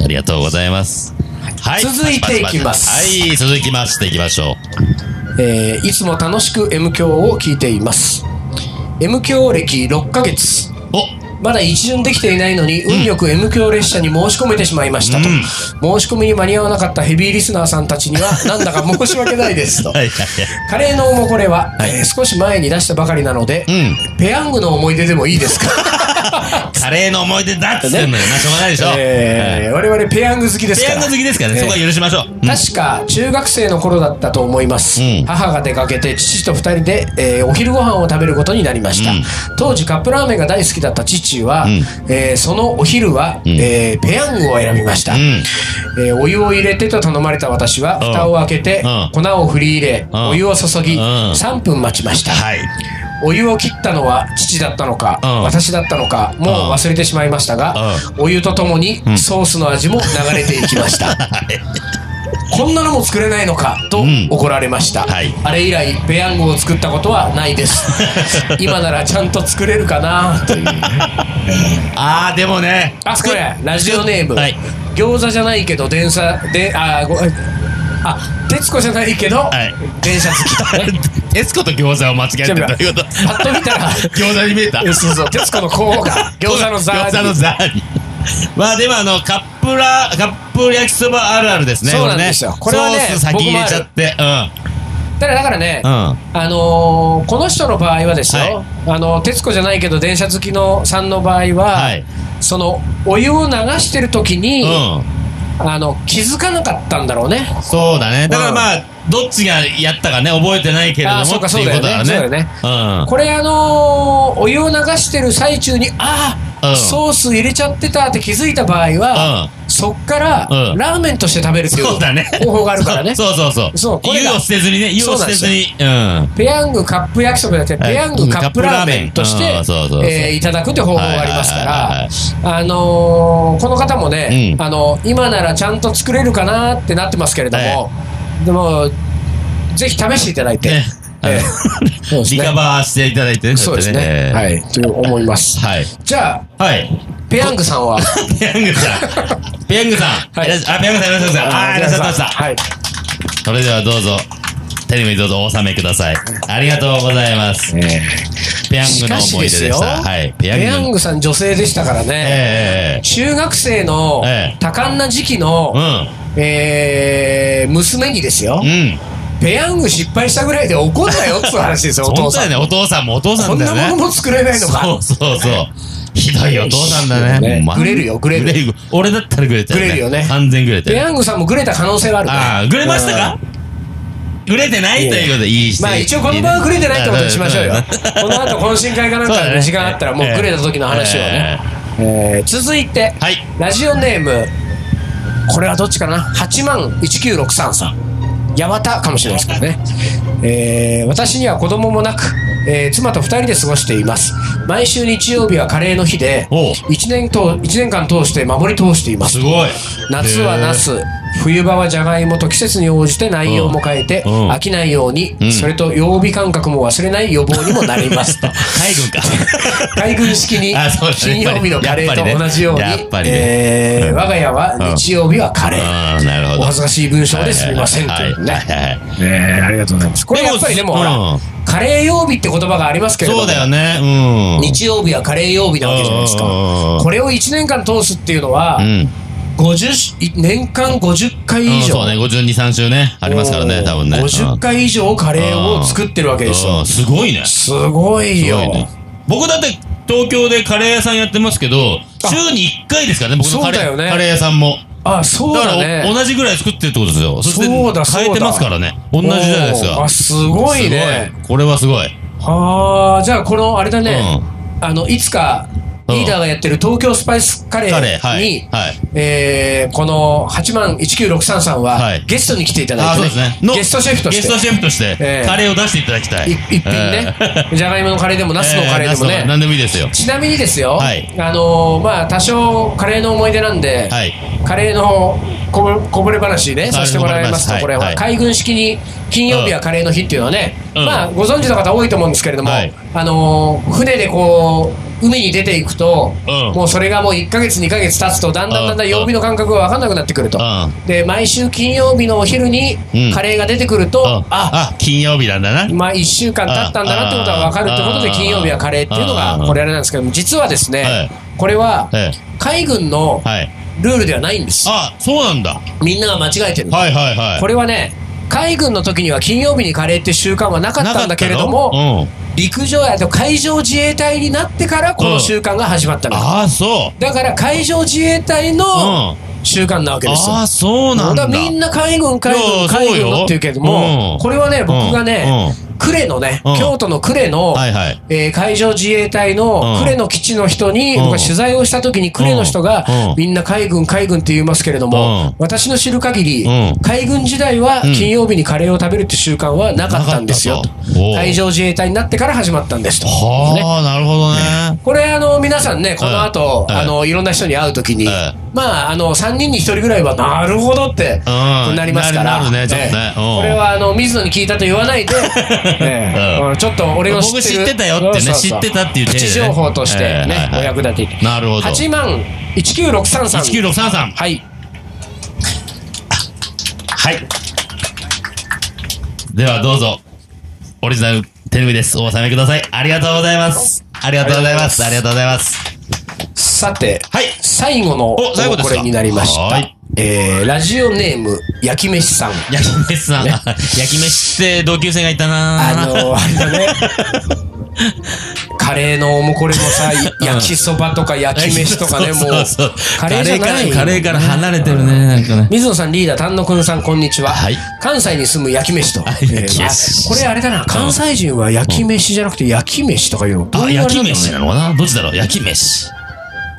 S2: ありがとうございます。はい。
S1: 続いていきます
S2: はい、続きましていきましょう。
S1: えーいつも楽しく M 教を聞いています。M 教歴6ヶ月。
S2: お
S1: まだ一巡できていないのに、運よく M 強列車に申し込めてしまいましたと、申し込みに間に合わなかったヘビーリスナーさんたち
S2: *laughs*
S1: には、なんだか申し訳ないですと。
S2: はいはいはい。
S1: カレーのおもこれは、えー少し前に出したばかりなので、
S2: う
S1: ペヤングの思い出でもいいですか
S2: *laughs* カレーの思い出だっつってんのよな、しょうがないでしょ。
S1: えー我々ペヤング好きです
S2: ペ
S1: か
S2: ヤ
S1: ら
S2: ング好きですからね、そこは許しましょう。うん
S1: 確か中学生の頃だったと思います、
S2: うん
S1: 母が出かけて父と2人で、えーお昼ご飯を食べることになりました、当時カップラーメンが大好きだった父は、えーそのお昼は、えーペヤングを選びました、
S2: ん
S1: えーお湯を入れてと頼まれた私は
S2: うん
S1: 蓋を開けて
S2: う
S1: 粉を振り入れ
S2: うん
S1: お湯を注ぎ
S2: うん
S1: 3分待ちました
S2: はい。
S1: お湯を切ったのは父だったのか、
S2: うん
S1: 私だったのかもう忘れてしまいましたが、お湯とともにソースの味も流れていきました、
S2: *laughs*
S1: こんなのも作れないのかと
S2: ん
S1: 怒られました、
S2: はい
S1: あれ以来ペヤングを作ったことはないです
S2: *laughs*
S1: 今ならちゃんと作れるかなという
S2: あー、でもね、
S1: あこれラジオネーム、
S2: はい
S1: 餃子じゃないけど電車であごあ徹子じゃないけど、
S2: はい
S1: 電車好きだ
S2: *laughs*
S1: ね
S2: エスコと餃子を間違えてるということ。
S1: パッと見たら
S2: *laughs* 餃子に見えた。
S1: えそうそう徹子の候補
S2: *laughs*
S1: が餃子の座
S2: 餃子のザーに。 *laughs* まあでもあの、カップラ、カップ焼きそばあるあるですね。
S1: そうなんですよこれはね
S2: ソース先入れちゃって。
S1: ただだからね、
S2: うん。
S1: あのーこの人の場合はですよ、
S2: は
S1: あの徹子じゃないけど電車好きのさんの場合は、
S2: はい
S1: そのお湯を流してる時に、
S2: うん。うん。
S1: あの気づかなかったんだろうね。
S2: そうだね。だからまあ、どっちがやったかね、覚えてないけれども
S1: あーそうか
S2: っていうことだからね。
S1: そうだよね
S2: うん。
S1: これあのーお湯を流してる最中にああ、
S2: うん
S1: ソース入れちゃってたって気づいた場合は、そっから、
S2: うん
S1: ラーメンとして食べるってい
S2: そうだね。
S1: う方法があるからね。
S2: そうそうそう。
S1: そうこれ
S2: 湯
S1: が
S2: を捨てずにね、湯を捨てずに。うん。
S1: ペヤングカップ焼きそばじゃなくて、
S2: はい
S1: ペヤングカップラーメンとして
S2: うんそうそうそう、
S1: えーいただくって方法がありますか
S2: はいはい
S1: ら、あのーこの方もね、
S2: うん
S1: あの、今ならちゃんと作れるかなってなってますけれども、でも、ぜひ試していただいて、
S2: ね
S1: えーそうです
S2: *laughs* リカ
S1: ね。
S2: バーしていただいてね。
S1: そうです
S2: こうや
S1: ね。
S2: っ
S1: は
S2: てね
S1: い。と思います。
S2: はい。
S1: じゃあ、
S2: はい。 *laughs*
S1: ペヤングさんは、
S2: ペヤングさん。ペヤングさん。
S1: はい
S2: いらっしゃあ、ペヤングさんいらっしゃいませ。あー、いらっしゃいました。
S1: はい。
S2: それではどうぞ、テレビにどうぞお納めください。ありがとうございます。ペヤン
S1: し
S2: グの思い出で
S1: かしですよ
S2: した。はい。ペ
S1: ペヤ
S2: ヤン
S1: ン
S2: グ。
S1: グさん女性でしたからね、
S2: ええええ
S1: 中学生の
S2: ええ
S1: 多感な時期の、えー、娘にですよ
S2: う、ん。うん。
S1: ペヤング失敗したぐらいで怒んなよっていう話ですよ、お父
S2: *laughs* 本当
S1: さ
S2: だよ
S1: ん。
S2: ね、お父さんもお父さ
S1: こ
S2: ん
S1: ん
S2: だよ
S1: なもの
S2: ね。
S1: も作れないの
S2: そ
S1: か
S2: う。そうそう。ひどいお父さんだ
S1: ね
S2: ね。もうま
S1: グレるよグレる
S2: 俺だったらグレてる。
S1: グレるよね
S2: 完全グレて
S1: ペ
S2: る。
S1: ヤングさんもグレた可能性はあるから
S2: ああ、グレましたかグレてないということで、いい質
S1: ま
S2: 問
S1: あ一応この場はグレてないってことにしま
S2: *laughs*
S1: しょうよ。この後懇親会かなん
S2: そう
S1: か
S2: だ
S1: で
S2: ね
S1: 時間あったらもうグレた時の話をね。えー続いて、
S2: はい
S1: ラジオネーム、これはどっちかな ?8 万1963さん。八幡かもしれないですけどね。えー私には子供もなく、えー妻と2人で過ごしています。毎週日曜日はカレーの日で
S2: おう
S1: 1年と一年間通して守り通しています
S2: すごい
S1: 夏はナス冬場はジャガイモと季節に応じて内容も変えて
S2: うん
S1: 飽きないように、
S2: ん
S1: それと曜日感覚も忘れない予防にもなりますと
S2: 海軍か
S1: 海軍式に
S2: あそうです
S1: 金
S2: ね
S1: 曜日のカレーと同じように、
S2: やっぱりね
S1: えー我が家は日曜日はカレー、
S2: ああなるほど
S1: お恥ずかしい文章ですみませんと
S2: はいいうはい
S1: ね、
S2: はい
S1: ねえありがとうございますこれやっぱりでもほら、
S2: うん
S1: カレー曜日って言葉がありますけれど
S2: そ
S1: も
S2: うだよねうん
S1: 日曜日はカレー曜日なわけじゃないですか
S2: うんうんうん
S1: これを1年間通すっていうのは、
S2: うん
S1: 50年間50回以
S2: うん
S1: 上、
S2: そうね523週ねありますからね多分ね
S1: 50回以上カレーを作ってるわけでし
S2: う
S1: ょ
S2: んすごいね
S1: すごい
S2: す
S1: よ
S2: ごいね僕だって東京でカレー屋さんやってますけど
S1: あ
S2: 週に1回ですからね僕のカレ
S1: そうだよ
S2: ー
S1: ね
S2: カレー屋さんも
S1: あそう
S2: だから
S1: だね
S2: お同じぐらい作ってるってことですよ。そして
S1: そうだそうだ
S2: 変えてますからね。同じじゃないです
S1: おー
S2: か。
S1: あすごいね
S2: すごい。これはすごい。
S1: はあじゃあこのあれだね、あのいつか
S2: うん
S1: リーダーがやってる東京スパイスカレ
S2: カレー、
S1: ー
S2: は
S1: に
S2: い。はい。
S1: えーこの8万1963さん
S2: は
S1: はいゲストに来ていただ
S2: あ、
S1: い
S2: そう
S1: て、
S2: ですね。
S1: ゲストシェフとして
S2: ゲストシェフとして、
S1: ええ
S2: カレーを出していただきたい。
S1: い一品ね
S2: ええ。
S1: じゃがいものカレーでも、ナスのカレーでも
S2: ええナスの
S1: ね。
S2: 何でもいいですよ。
S1: ちなみにですよ、
S2: はい
S1: あのーまあ、多少カレーの思い出なんで、
S2: はい
S1: カレーのこぼこぼれ話ね、させてもらいますと、
S2: はい
S1: これは、
S2: はい
S1: 海軍式に金曜日はカレーの日っていうのはね、
S2: うん
S1: まあ、ご存知の方多いと思うんですけれども、
S2: はい
S1: あのー船でこう、海に出ていくと、
S2: うん
S1: もうそれがもう1ヶ月、2ヶ月経つと、だんだんだんだん
S2: うん
S1: 曜日の感覚が分かんなくなってくると。
S2: う
S1: で、毎週金曜日のお昼に
S2: うん
S1: カレーが出てくると、
S2: ん。うんあ、金曜日なんだな。
S1: まあ、1週間経ったんだなってことは分かるってことで
S2: あー
S1: 金曜日はカレーっていうの
S2: あ
S1: が
S2: ー
S1: これあれなんですけども実はですね、
S2: はい
S1: これは
S2: え
S1: 海軍の
S2: えはい。
S1: ルールではないんです
S2: あ、そうなんだ。
S1: みんなが間違えてる、
S2: はいはいはい。
S1: こ
S2: れ
S1: れはね海軍の時には金曜日にカレーって習慣はなかったんだけれども、
S2: うん。
S1: 陸上やと海上自衛隊になってからこの習慣が始まったの、
S2: ああ、そ
S1: だから海上自衛隊
S2: う。う
S1: の
S2: ん。
S1: 習慣なわけですよ
S2: ああ、そうなんだ。
S1: だからみんな海軍、海軍、
S2: いや
S1: 海
S2: そう
S1: 軍
S2: よ
S1: のっていうけれども、
S2: うん
S1: これはね、僕がね
S2: う、
S1: 呉、のね、
S2: うん
S1: 京都の呉の、
S2: はいはい
S1: えー海上自衛隊の
S2: うん
S1: 呉の基地の人に、
S2: うん
S1: 僕が取材をした時に呉の人が、
S2: うん
S1: みんな海軍、海軍って言いますけれども、
S2: うん
S1: 私の知る限り、
S2: うん
S1: 海軍時代は
S2: うん
S1: 金曜日にカレーを食べるって習慣はなかったんですよ
S2: なかったとお。う
S1: 海上自衛隊になってから始まったんですと。
S2: はあ、なるほどね。
S1: これあの皆さんねこの後、
S2: うん
S1: あのいろんな人に会うときに、
S2: うん
S1: まああの3人に1人ぐらいはなるほどって、
S2: うん
S1: なりますから
S2: なるなるねちょっと
S1: え
S2: ね
S1: え
S2: うん
S1: これはあの水野に聞いたと言わない
S2: *laughs*
S1: で、ええ
S2: うん
S1: うんちょっと俺の知ってる
S2: 僕知ってたよってね
S1: そうそうそう
S2: 知ってたっていう体でね
S1: 口情報として
S2: ええ
S1: ね、
S2: はいはい
S1: お役立て
S2: なるほど。
S1: 8万1963さん
S2: 19633。
S1: はい
S2: はい。ではどうぞ。オリジナル手ぬぐいです。お納めください。ありがとうございます。ありがとうございます。ありがとうございます。
S1: さて、
S2: はい
S1: 最後の
S2: お最後です
S1: こ
S2: か
S1: れになりまし
S2: は
S1: た
S2: い、
S1: えーラジオネーム焼き飯さん
S2: 焼き飯さん。焼き飯って同級生がいたな
S1: あの、あれだね。カレーのおもこれも
S2: *laughs*
S1: さ、焼きそばとか焼き飯とかね、もう
S2: そうそう、
S1: カレーじゃない。
S2: カレーからカレーから離れてるね。なんかね。
S1: 水野さんリーダー、丹野くんさん、こんにちは。
S2: はい
S1: 関西に住む焼き飯と。
S2: あ
S1: えー
S2: 焼き飯
S1: あこれあれだな、関西人は焼き飯じゃなくて焼き飯とか言うの。どう
S2: あ、
S1: いうあれ
S2: 焼
S1: な
S2: き
S1: んだろうね
S2: 飯なのかなどっちだろう焼き飯。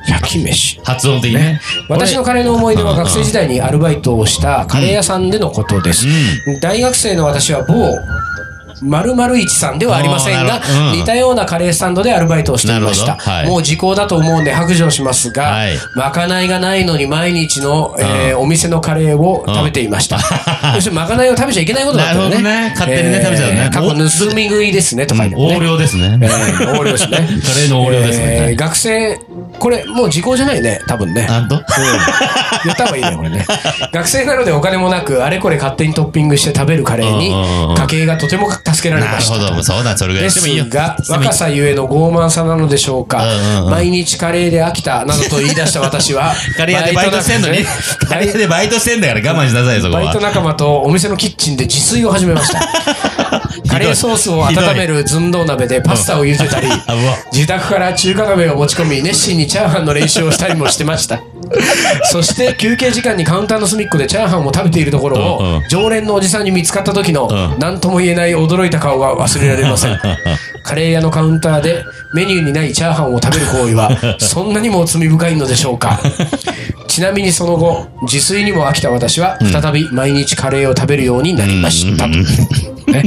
S1: 焼き飯。
S2: 発音的にね。
S1: 私のカレーの思い出は学生時代にアルバイトをしたカレー屋さんでのことです、大学生の私は某〇〇一さんではありません
S2: あ
S1: が
S2: ーなる、ほどうん
S1: 似たようなカレースタンドでアルバイトをしていました、
S2: なるほどはい
S1: もう時効だと思うんで白状しますが、
S2: はい
S1: まかないがないのに毎日の、えーお店のカレーを食べていました、 *laughs* 要するにまかないを食べちゃいけないことだったよね
S2: なるほどね勝手にね食べちゃうね
S1: 過去盗み食いですねとか言って、ね
S2: 横領ですね。
S1: えー横領ですね
S2: *laughs* カレーの横領ですね
S1: えー学生これもう時効じゃないね多分ね
S2: なんと
S1: うん言った方がいいね、これね。学生なのでお金もなく、あれこれ勝手にトッピングして食べるカレーに
S2: うんうんうん、
S1: 家計がとても助けられ
S2: な
S1: ま
S2: る
S1: し
S2: ほ
S1: た。 *laughs*
S2: ど。そうだ、それぐら
S1: で
S2: いして
S1: す
S2: もいいよ。
S1: が、若さゆえの傲慢さなのでしょうか
S2: うんうんう、ん、
S1: 毎日カレーで飽きたなどと言い出した私は
S2: *laughs* カレー屋でバイトしてんのに、カレー屋でバイトしてんだから我慢しなさい、そこ
S1: バイ
S2: は
S1: ト。仲間とお店のキッチンで自炊を始めま
S2: *laughs*
S1: した。カレーソースを温める寸胴鍋でパスタを茹でたり
S2: んあうわ、
S1: 自宅から中華鍋を持ち込み、熱心にチャーハンの練習をしたりもしてました。そして休憩時間にカウンターの隅っこでチャーハンを食べているところを
S2: うんうん、
S1: 常連のおじさんに見つかった時の
S2: うん
S1: 何とも言えない驚いた顔が忘れられま
S2: *laughs*
S1: せん。カレー屋のカウンターでメニューにないチャーハンを食べる行為
S2: *laughs*
S1: はそんなにも罪深いのでしょうかちなみにその後自炊にも飽きた私は再び毎日カレーを食べるようになりましたと、ね、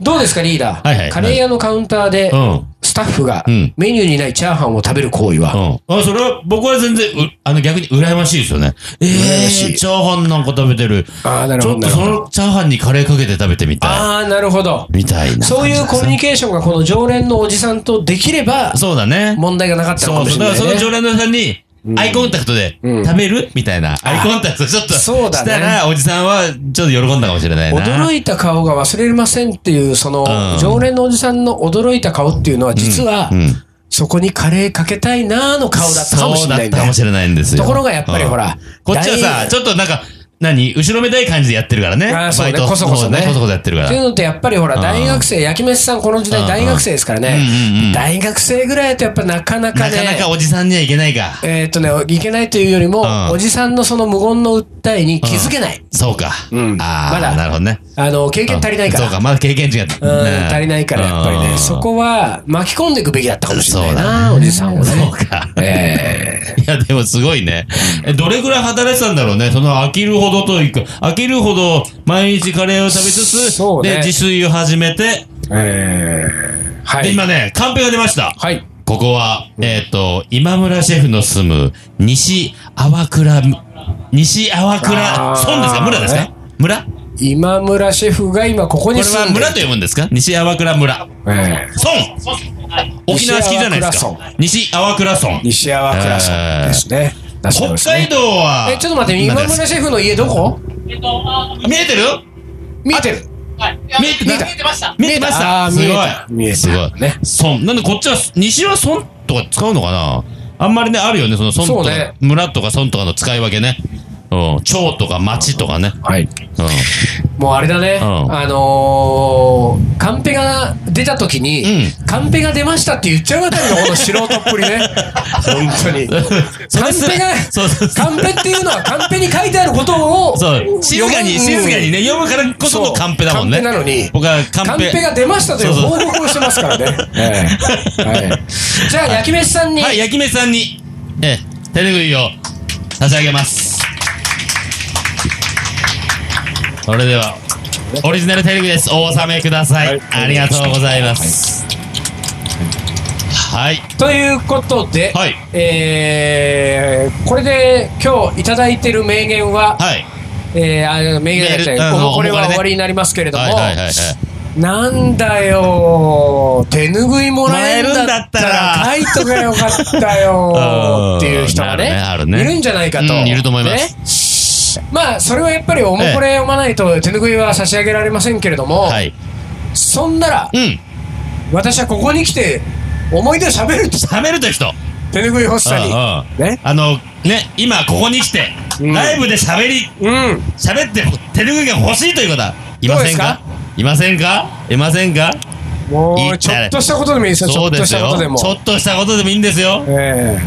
S1: どうですかリーダー、
S2: はいはい
S1: カレー屋のカウンターで
S2: うん
S1: スタッフが
S2: うん
S1: メニューにないチャーハンを食べる行為は、
S2: うん。あ、それは、僕は全然、う、あの、逆に羨ましいですよね。え
S1: ましい
S2: えー、チャーハンなんか食べてる。
S1: ああ、なる
S2: ち
S1: ほど、
S2: ょっ
S1: なる
S2: と
S1: ほ
S2: そ
S1: ど。
S2: のチャーハンにカレーかけて食べてみた
S1: ああ、なるほど。
S2: い。みたいな。
S1: そういうコミュニ
S2: ケ
S1: ケーションがこの常連のおじさんとできれば、
S2: そうだね。
S1: 問題がなかったの
S2: そ
S1: か
S2: う
S1: も
S2: そ
S1: し
S2: う。
S1: れ
S2: だか
S1: な
S2: らそ
S1: い
S2: の常
S1: ね。
S2: 連の人に、アイコンタクトで、
S1: うん
S2: 食べるみたいな。アイコンタクト、ちょっと、
S1: そうだね
S2: したら、おじさんは、ちょっと喜んだかもしれないな。
S1: 驚いた顔が忘れませんっていう、その
S2: ん、
S1: 常連のおじさんの驚いた顔っていうのは、実は
S2: うんうん、
S1: そこにカレーかけたいなーの顔だったかもしれない
S2: そうだ
S1: ん
S2: った
S1: だ
S2: か
S1: よ
S2: も。しれないんですよ。
S1: ところがやっぱり
S2: うん
S1: ほら
S2: こっちはさ、
S1: 大
S2: ちょっとなんか、何後ろめたい感じでやってるからね。
S1: あーそうね
S2: バイト
S1: こそこそね
S2: こそこそやってる
S1: っ
S2: から
S1: てい。うのってやっぱりほら、大学生、焼き飯さんこの時代
S2: うん
S1: 大学生ですから
S2: うんうんう
S1: ね
S2: ん。
S1: 大学生ぐらいだとやっぱなかなか
S2: な
S1: ね
S2: か、なかおじさんにはいけないか。
S1: えーっとね、いけないというよりも
S2: ん、
S1: おじさんのその無言の訴えに気づけない。
S2: そうか。
S1: うん
S2: ああ、
S1: まだ
S2: なるほどね。
S1: あの、経験足りないか
S2: うん
S1: ら
S2: そう。か、まだ経験値が。
S1: うん、足りないから、やっぱりね、そこは巻き込んでいくべきだったかもしれないな、おじさんをね。
S2: *laughs* そうか。
S1: え
S2: いや、でもすごいね。え、どれぐらい働いてたんだろうね。その飽きるほどというか、飽きるほど毎日カレーを食べつつ、
S1: そうね
S2: で、自炊を始めて、
S1: ーえーは
S2: で、
S1: い。
S2: 今ね、カンペが出ました。
S1: はい。
S2: ここは、えっ、と、今村シェフの住む、西淡倉、西淡倉
S1: あー
S2: 村ですか村ですか
S1: ね
S2: 村こ
S1: 今村シェフが今ここ
S2: れ
S1: に住
S2: は
S1: んでる
S2: 村と読むんですか西淡倉村。
S1: えー
S2: 村沖縄式じゃないですか。西淡倉村。
S1: 西淡倉さんですね。出してます
S2: 北
S1: ね
S2: 海道は、
S1: え、ちょっと待って、今
S2: なんです
S1: 村シェフの家どこ
S3: えっと、あ
S2: 見えてる
S1: 見えてる。
S3: はい。いや
S2: 見えて
S1: た
S3: 見えてました。
S2: 見えてました
S1: あー
S2: すごい
S1: 見えた
S2: すごい
S1: 見え。
S2: 村。なんでこっちは、西は村とか使うのかなあんまりね、あるよね、その村と
S1: そ
S2: か、
S1: うね
S2: 村とか村とかの使い分けね。うん。町とか町とかね。
S1: はい。
S2: うん。
S1: もうあれだね、
S2: うん
S1: あのー、カンペが出た時に、カンペが出ましたって言っちゃうあたりのこの素人っぷり
S2: *laughs*
S1: ね。本当に。カンペが
S2: そうそう、そう
S1: カンペっていうのはカンペに書いてあることを、
S2: そう、静かに、
S1: 読
S2: 静
S1: む
S2: かにね、読むからこそのカンペだもんね。
S1: そうカンペなのに
S2: 僕はカ
S1: カ
S2: ン
S1: ン
S2: ペ。
S1: ペが出ましたという報告をしてますからね。
S2: *laughs*
S1: ええはいじゃあ、焼き飯さんに、
S2: はい、焼き目さんに、ええ、手拭いを差し上げます。それでは、オリジナル手拭いです。お納めください。ありがとうございます。はい。
S1: ということで、
S2: はい
S1: えーこれで今日いただいてる名言は、
S2: はい。
S1: えー、あ名言だったり
S2: メールあの
S1: これ
S2: お別
S1: は
S2: れね
S1: 終わりになりますけれども、
S2: はいはいはいはい。
S1: なんだよー手拭いもらえるんだったら
S2: もら
S1: 書いとけばよかったよーっていう人がね
S2: *laughs* うんあるねあるね
S1: いるんじゃないかと、
S2: うんいると思います
S1: ねまあそれはやっぱりおもこれ読まないと手拭いは差し上げられませんけれども、
S2: はい。
S1: そんなら
S2: うん。
S1: 私はここに来て思い出をしゃべると
S2: 食べるという人。
S1: 手拭い欲しさに
S2: うんうん
S1: ね
S2: あの、ね、今ここに来て、
S1: うん
S2: ライブで喋り、
S1: うん
S2: 喋って、手拭いが欲しいという方、いませんか
S1: ど
S2: いませんかいませんか
S1: も
S2: いうい
S1: ちょっとしたことでもいいですよち
S2: そ
S1: ょ
S2: う
S1: っ
S2: で
S1: と
S2: す
S1: した
S2: よ。
S1: ことでも
S2: ちょっとしたことでもいいんですよ。
S1: え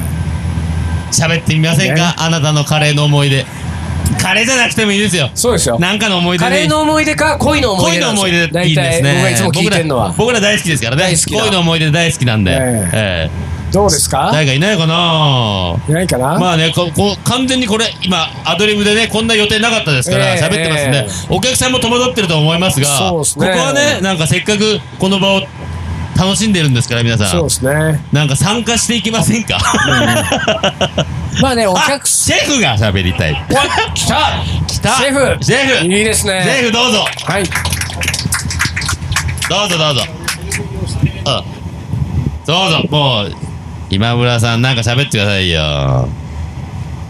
S2: 喋ってみませんか、
S1: ね
S2: あなたのカレーの思い出。カレーじゃなくてもいいですよ
S1: え。そうですよ
S2: なんかの思い出
S1: カ
S2: でい
S1: レ
S2: い
S1: ーの思い出か恋の思い
S2: 恋
S1: 出
S2: の
S1: なん
S2: 思い出
S1: ですよ
S2: いいですね。
S1: 大体僕がいつも聞いてるのは
S2: 僕ら僕ら大好きですからね。
S1: 大好きだ
S2: 恋の思い出大好きなんで。
S1: ええ
S2: ええ
S1: どうですか
S2: 誰かいないかない
S1: ないかな、
S2: まあね、ここう完全にこれ、今、アドリブでね、こんな予定なかったですから、
S1: ええ
S2: 喋ってますんで
S1: え、
S2: お客さんも戸惑ってると思いますが、
S1: そうですね
S2: ここはね、なんかせっかくこの場を楽しんでるんですから、皆さ
S1: そうんで。すね
S2: なんか参加していきませんか、
S1: まあねお
S2: あ
S1: 客さ
S2: *laughs* シェフが喋りたい。
S1: んわ来た
S2: 来た
S1: シェフ
S2: シェ
S1: い
S2: フ
S1: いですね
S2: シェフどうぞ
S1: はい
S2: どうぞどうぞうんどうぞもう今村さんなんか喋ってくださいよ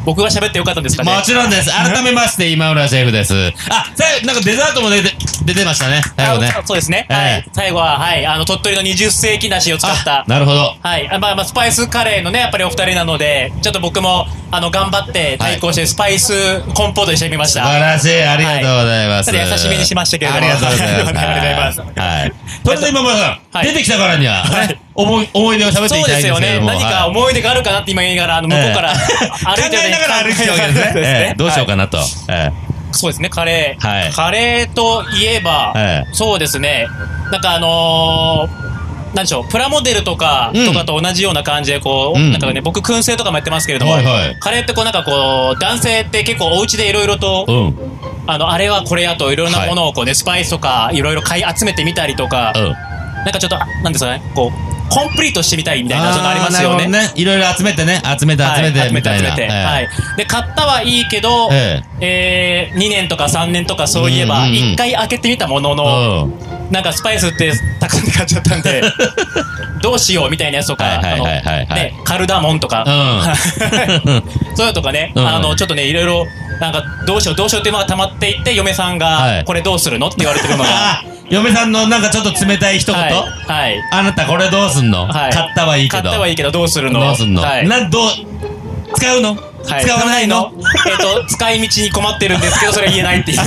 S3: 僕が喋ってよかったんですかね。
S2: もちろんです改めまして今村シェフですあ最後なんかデザートも出て出てましたね最後ね
S3: あそうですね。
S2: ええ
S3: はい。最後は、はい。あの、鳥取の20世紀梨を使った
S2: あ。なるほど
S3: はい。あまあまあ、スパイスカレーのね、やっぱりお二人なので、ちょっと僕も、あの、頑張って対抗して、スパイスコンポートにしてみまし
S2: 素
S3: た。
S2: 晴らしいありがとうございます、
S3: はいただ優しめにしましたけれど
S2: あ
S3: も
S2: りがとうございます
S3: ありがとうございます
S2: はいそれで今村さん、
S3: はい
S2: 出てきたからには、
S3: はい
S2: 思い思い出を喋って
S3: そ
S2: いうきた
S3: で
S2: いん
S3: す
S2: です
S3: よ
S2: けれ
S3: ね。
S2: ども
S3: 何
S2: はい
S3: か思い出があるかなって今言いながら、あの、向こうから、歩いて
S2: 考えながら歩いてるわけですね。
S3: *laughs* そうです
S2: え
S3: ね
S2: えどうしようかなと。え
S3: そうですね、カレー。
S2: はい
S3: カレーといえば、
S2: ええ
S3: そうですね、なんかあのーなんでしょうプラモデルとか、
S2: うん
S3: とかと同じような感じでこう、
S2: うん
S3: なんかね僕燻製とかもやってますけれども、
S2: はいはい
S3: カレーってこうなんかこう男性って結構お家でいろいろと、
S2: えうん。
S3: あのあれはこれやといろいろなものをこうね、スパイスとかいろいろ買い集めてみたりとか、
S2: うん。
S3: なんかちょっとあなんですかねこうコンプリートしてみたいみたいな、ちょっとあり
S2: あ
S3: ま
S2: ーな
S3: す
S2: るほ
S3: よ
S2: ど
S3: ね。
S2: ね。いろいろ集めてね。集めて集め
S3: はい
S2: てみたいな。
S3: は
S2: え
S3: い。で、買ったはいいけど、
S2: え
S3: えー、2年とか3年とかそういえば、
S2: うんうんうん
S3: 1回開けてみたもの
S2: え
S3: の、
S2: うん。
S3: なんかスパイスって高く買っちゃったん
S2: *laughs*
S3: で、どうしようみたいなやつとか、
S2: はいはいはいはい
S3: あの
S2: はい
S3: ね、カルダモンとか、そういうのとかね、
S2: うん
S3: あの、ちょっとね、いろいろ、なんか、どうしようどうしようっていうのが溜まっていって、嫁さ
S2: は
S3: んが
S2: い、
S3: *laughs* これどうするのって言われてるのが、
S2: あ *laughs* 嫁さんのなんかちょっと冷たい一言、
S3: はい、はい。
S2: あなたこれどうすんの、
S3: はい
S2: 買ったはいいけど。
S3: 買ったはいいけど、どうするの
S2: どうすんの、
S3: はい。
S2: なんどう使うの、
S3: はい
S2: 使わないの
S3: えっと、使い道に困ってるんですけど、それは言え
S2: *laughs*
S3: ないっていう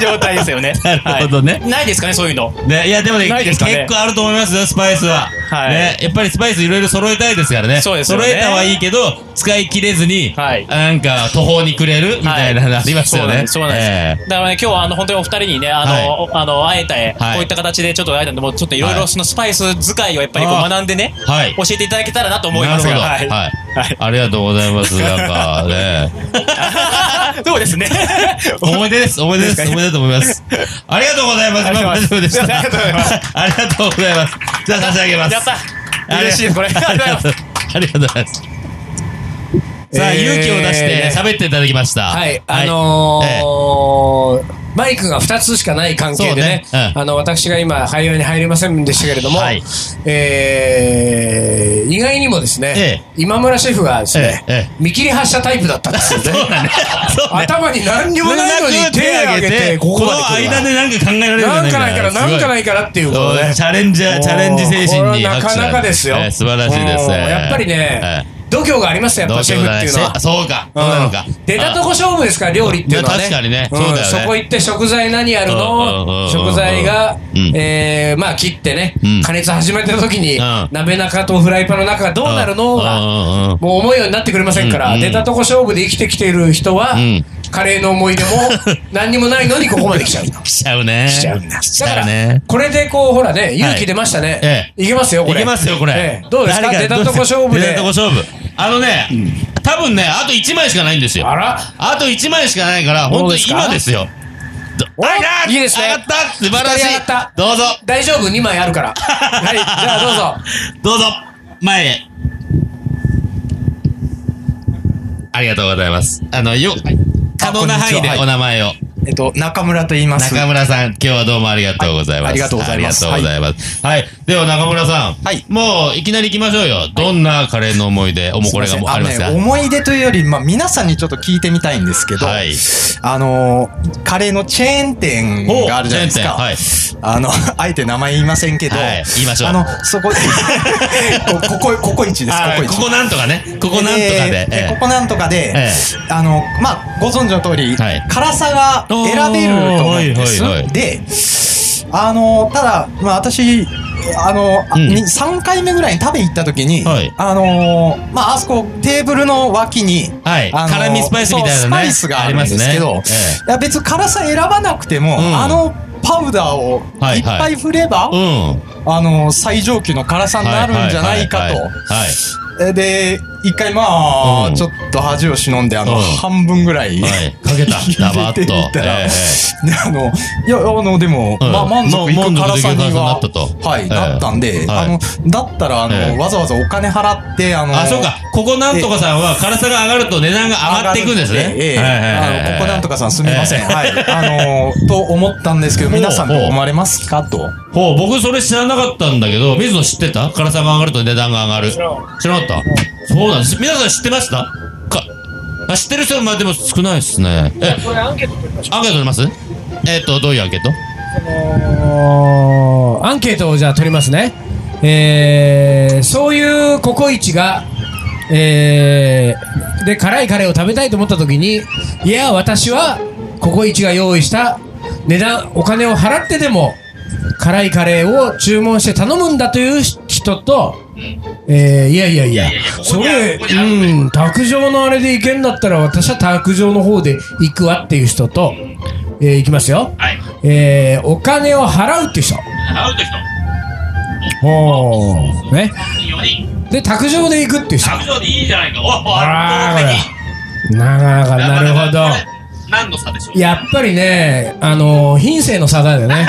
S3: 状態ですよね。
S2: なるほどね
S3: はいないですかね、そういうの。
S2: ね、いやでもね
S3: ないで
S2: 結
S3: すかね
S2: 構あると思いますよ、スパイスは。
S3: はい
S2: ね、やっぱりスパイスいろいろ揃えたいですからね。
S3: そうですよね
S2: 揃えたはいいけど、使い切れずに、
S3: はい
S2: なんか途方に暮れるみたいなのありますよね。
S3: そうなんです。そうなんですだからね、今日はあの、本当にお二人にね、あの、あの、会えたえ、こ
S2: はいう
S3: いった形でちょっと会えたんで、もうちょっといろい
S2: は
S3: ろ
S2: い
S3: そのスパイス使いをやっぱりこ
S2: あ
S3: う
S2: ー
S3: 学んでね、
S2: はい
S3: 教えていただけたらなと思い
S2: な
S3: ま
S2: る
S3: す
S2: ほど。
S3: が、
S2: はい。
S3: はい。
S2: ありがとうございます。なんかね。
S3: *laughs* そうですね。
S2: 思い出です。思い出です。思い出だと思います。ありがとうございます。
S3: ありがとうございま
S2: 大
S3: す
S2: 丈夫でした。。
S3: ありがとうございます
S2: *laughs* ありがとうございます。じゃあ差し上げます。
S3: やった嬉しいです、これ。ありがとうございます。
S2: ありがとうございます。さあ、
S1: えー
S2: 勇気を出してね喋っていただきました。
S1: はい、あのーマイクが2つしかない関係でね、
S2: そうねうん
S1: あの私が今、会話に入れませんでしたけれども、
S2: はい
S1: えー意外にもですね、今村シェフがですね、
S2: ええええ
S1: 見切り発車タイプだったんですよね。
S2: そうだね。そう
S1: *laughs*
S2: ね。
S1: 頭に何にもないの
S2: *laughs*
S1: に手を挙げて、ここ
S2: の
S1: まで来る
S2: 間でなんか考えられる
S1: なんかないから、
S2: すご
S1: なんかないからっていうこ
S2: そ
S1: と
S2: う
S1: ね
S2: ね。チャレンジャー、チャレンジ精神に
S1: おーこれは
S2: 拍
S1: な
S2: 手
S1: かなかですよ。
S2: えー素晴らしいです
S1: うん
S2: ね。
S1: やっぱりね、度胸がありますね、
S2: えー、
S1: やっ
S2: 同
S1: ぱシェ
S2: 郷
S1: フ
S2: だ
S1: って
S2: ね
S1: いうのは。
S2: そうか、そうなのか
S1: うん。出たとこ勝負ですから、料理っていうのはね。
S2: ね確かにね
S1: うん
S2: そうだよね
S1: そこ行って食材何やる
S2: うんうんうんう
S1: の
S2: ん
S1: 食材が
S2: うん、
S1: えーまあ切ってね
S2: うん、
S1: 加熱始めた時に
S2: うん、
S1: 鍋中とフライパンの中がどうなるの
S2: う
S1: が、
S2: んうんうん
S1: もう思うようになってくれませんか
S2: うんう
S1: ら、
S2: ん
S1: 出たとこ勝負で生きてきている人は
S2: うん、
S1: カレーの思い出も
S2: *laughs*
S1: 何にもないのにここまで来ちゃう。
S2: 来ちゃうね。
S1: 来ちゃうんだ。
S2: 来ち
S1: だか
S2: ゃう
S1: ら
S2: ね、。
S1: これでこう、ほらね、勇気出ましたね。いけますよ、こ
S2: い
S1: れ。
S2: けますよ、これ
S1: ええ。どうですか
S2: 誰
S1: 出たとこ勝負
S2: 出た
S1: で
S2: とこ。勝負。あのね、多分ね、あと1枚しかないんですよ。
S1: あら
S2: あと1枚しかないから、本当に今ですよ。ど
S1: お
S2: あら
S1: いいですね
S2: 上がった素晴
S1: 二
S2: ら
S1: 人
S2: し
S1: 上がった
S2: いどうぞ
S1: 大丈夫 ?2 枚あるから。はい。じゃあどうぞ。
S2: *laughs* どうぞ前へありがとうございます。あの、よ、可能な範囲で
S4: こんにちははい
S2: お名前を。
S4: えっと、中村と言います。
S2: 中村さん、今日はどうもありがとうございます。
S4: はいありがとうございます
S2: ありがとうございます。はい。では中村さん。
S4: はい
S2: もう、いきなり行きましょうよ。どんなカレーの思い出、おもうこれがもうあります
S4: ね
S2: か
S4: 思い出というより、まあ、皆さんにちょっと聞いてみたいんですけど、
S2: はい
S4: あのーカレーのチェーン店があるじゃないですか。
S2: おチェーン
S4: あの、あえて名前言いませんけど、
S2: はい言いましょう
S4: あの、そこ、こ *laughs* ここ、ここ一です、こ
S2: あ
S4: こ
S2: こ
S4: 一。
S2: こなんとかね。ここなんとかで。
S4: え
S2: ええ
S4: ーここなんとかで、
S2: え
S4: あの、まあ、ご存知の通り、
S2: はい
S4: 辛さが選べると思うんです。
S2: おーはいはいはい
S4: で、あの、ただ、まあ、私、あの、
S2: うん
S4: に3回目ぐらいに食べ行った時に、
S2: はい
S4: あのまあ、あそこ、テーブルの脇に、
S2: はい
S4: あの
S2: 辛味スパイスみたいなね
S4: そうスパイスがあるんですけ
S2: あり
S4: ど、
S2: ますねえ
S4: いや別に辛さ選ばなくても、
S2: うん
S4: あのパウダーを
S2: はい
S4: いっぱい振れば、
S2: うん。
S4: あの最上級の辛さになるんじゃないか
S2: は
S4: と
S2: は。はいはい。
S4: えで、一回まあ、
S2: うん
S4: ちょっと恥を忍んで、あの、
S2: うん
S4: 半分ぐらい、
S2: はいか
S4: *laughs*
S2: けた
S4: 入れてみ
S2: ダバッと
S4: たら
S2: えええ
S4: であの、いや、あの、でも、
S2: うん
S4: まあ、満足い
S2: まあ
S4: く
S2: 満
S4: 辛
S2: 足いく
S4: さには、
S2: 辛さになったと
S4: はい、
S2: ええ
S4: なったんで、
S2: はい
S4: あの、だったら、あの、
S2: ええ
S4: わざわざお金払って、あの、
S2: あ、そうか。ここなんとかさんは辛さが上がると値段が上がっていくんですね。
S4: ええ
S2: はいはいはい
S4: あのここなんとかさんすみません。
S2: ええ
S4: はい。あの、と思ったんですけど、皆さんどう思われますかと。
S2: ほう、僕それ知らなかったんだけど、水野知ってた辛さが上がると値段が上がる。知らなかったそうなんです。皆さん知ってましたか、あ知ってる人まあでも少ないですね。え、
S1: これアンケート取りましょ
S2: アンケート取りますえっ、と、どういうアンケート
S1: う。アンケートをじゃあ取りますね。えー、そういうココイチが、えー、で、辛いカレーを食べたいと思った時に、いや、私はココイチが用意した値段、お金を払ってでも、辛いカレーを注文して頼むんだという人と、えー、いやいやいや、それ、うん、卓上のあれで行けんだったら私は卓上の方で行くわっていう人と、えー、行きますよ。
S2: はい。
S1: えー、お金を払うっていう人。
S2: 払うと人。
S1: おー。ね。
S2: 4人。
S1: で、卓上で行くっていう人。
S2: 上でいいじゃないか。おお
S1: あらーなかなか、なるほど。
S2: 何の差でしょ
S1: やっぱりね、あのー、品性の差だよね。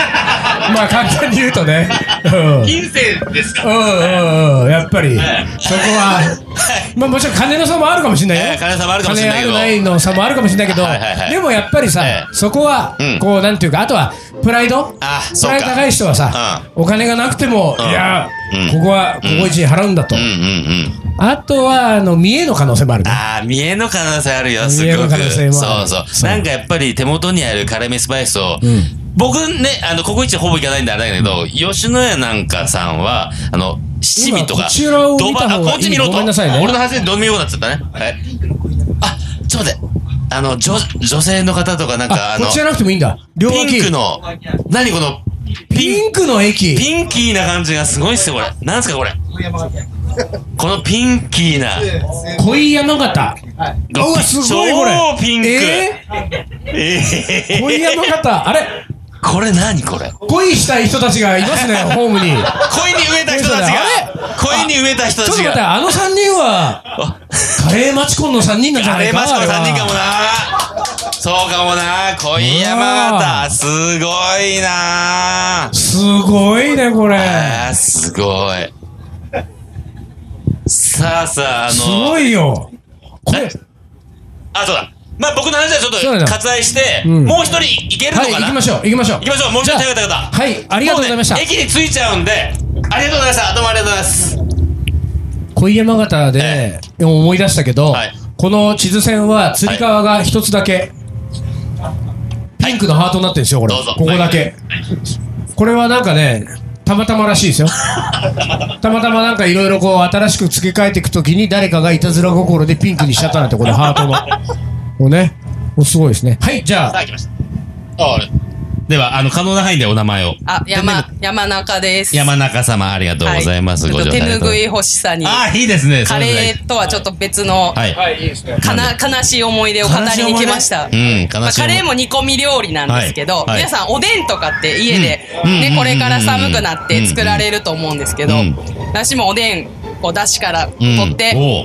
S1: まあ簡単に言うとね。うん
S2: 金銭ですか
S1: うんうんうん、やっぱり、そこは、まあもちろん金の差もあるかもしれない
S2: ええ
S1: よ。
S2: 金の差もあるかもしれないけど
S1: 金あるないの差もあるかもしれないけど
S2: はいはいは、い
S1: でもやっぱりさ
S2: ええ、
S1: そこは
S2: うん、
S1: こう、なんていうか、あとは、プライド
S2: あ
S1: プ
S2: そう
S1: ラ
S2: か
S1: イド高い人はさ、お金がなくても、
S2: うん
S1: いや
S2: う、ん
S1: ここは、ここ一円払うんだと
S2: うん。うんうん。
S1: あとは、あの、見栄の可能性もあるね。
S2: ああ、見えの可能性あるよ、す
S1: 見
S2: ご
S1: 栄
S2: く。
S1: の可能性もある
S2: そう
S1: そ
S2: そうう。なんかやっぱり手元にある辛味スパイス
S1: ん
S2: を、僕ね、あの、ここ一ほぼ行かないんであれだけど、吉野家なんかさんは、あの、七味とか、
S1: 今こちらを見た方がいい
S2: ドバあこっち見ろと。
S1: ごめんなさいね
S2: 俺の話でどう見ようになっちゃったね。はい。あ、ちょっと待って。あの、女、女性の方とかなんか、
S1: あ
S2: あ、
S1: こ
S2: の
S1: っち、じゃなくてもいいんだ。両
S2: ピンク
S1: 脇。
S2: の、何この、ピン
S1: ピンクの駅。
S2: ピンキーな感じがすごいっすよ、これ。なんすか、これ。このピンキーな。
S1: 恋山形。うわ、すごいこれ。
S2: 超ピンク。
S1: え
S2: え
S1: ー
S2: ー
S1: 恋山形。あれ
S2: これ何これ
S1: 恋したい人たちがい
S2: *laughs*
S1: ますね、ホームに。
S2: 恋に飢えた人たちが恋に飢えた人
S1: ち
S2: た
S1: ょっと
S2: ち
S1: 待って、
S2: が
S1: あの3人
S2: *laughs*
S1: は、
S2: あ
S1: カレーマチコンの3人なんじゃ
S2: あ
S1: ない
S2: れ
S1: か
S2: マシコ
S1: あれは
S2: 3人かもなそうかもな恋山形すごいな
S1: すごいね、これ。
S2: あーすごいさあさああ
S1: す
S2: の
S1: ごいよ。これ、
S2: あそうだまあ僕の話はちょ
S1: そう
S2: っ
S1: だ
S2: と割愛して
S1: ん
S2: もう一人いけるの
S1: はい、行
S2: かな
S1: き
S2: 行
S1: ましょう、行きましょう。
S2: きましょうもう一人手を挙げた方
S1: はい、ありがとうございました
S2: も。うね駅に着いちゃうんでありがとうございましたどうもありがとうございます
S1: 恋山形で思い出したけど
S2: はい、
S1: この地図線は、つり革が一つだけ、ピンクのハートになってるんですよ、これ。
S2: どうぞ
S1: ここだけ。これはなんかね、たまたまらしいですよ。たまたまなんかいろいろこう、新しく付け替えていくときに、誰かがいたずら心でピンクにしちゃったなんて、これ、ハートの。もうね、もうすごいですね。はい、じゃ
S2: さ
S1: あ、
S2: あ来ましたああれではあの可能な範囲でお名前を
S5: あ、山、山中です。
S2: 山中様ありがとうございます。
S5: はちょ
S2: ご
S5: っと
S2: 乗車
S5: 手
S2: ありがとうござ
S5: 拭
S2: い
S5: い欲しさに、
S2: ます。ああ、いいですね。
S5: カレーとはちょっと別の、
S2: はい。はい。
S5: かな悲しい思い出を語りに来ました。
S2: うん、
S5: ま
S2: 悲
S5: あ
S2: しい。
S5: カレーも煮込み料理なんですけど、
S2: はいはい
S5: 皆さんおでんとかって家で、
S2: うんう
S5: ね
S2: ん
S5: これから寒くなって作られると思うんですけど、
S2: うん
S5: 私もおでんを出汁から
S2: うん、
S5: 取って、
S2: お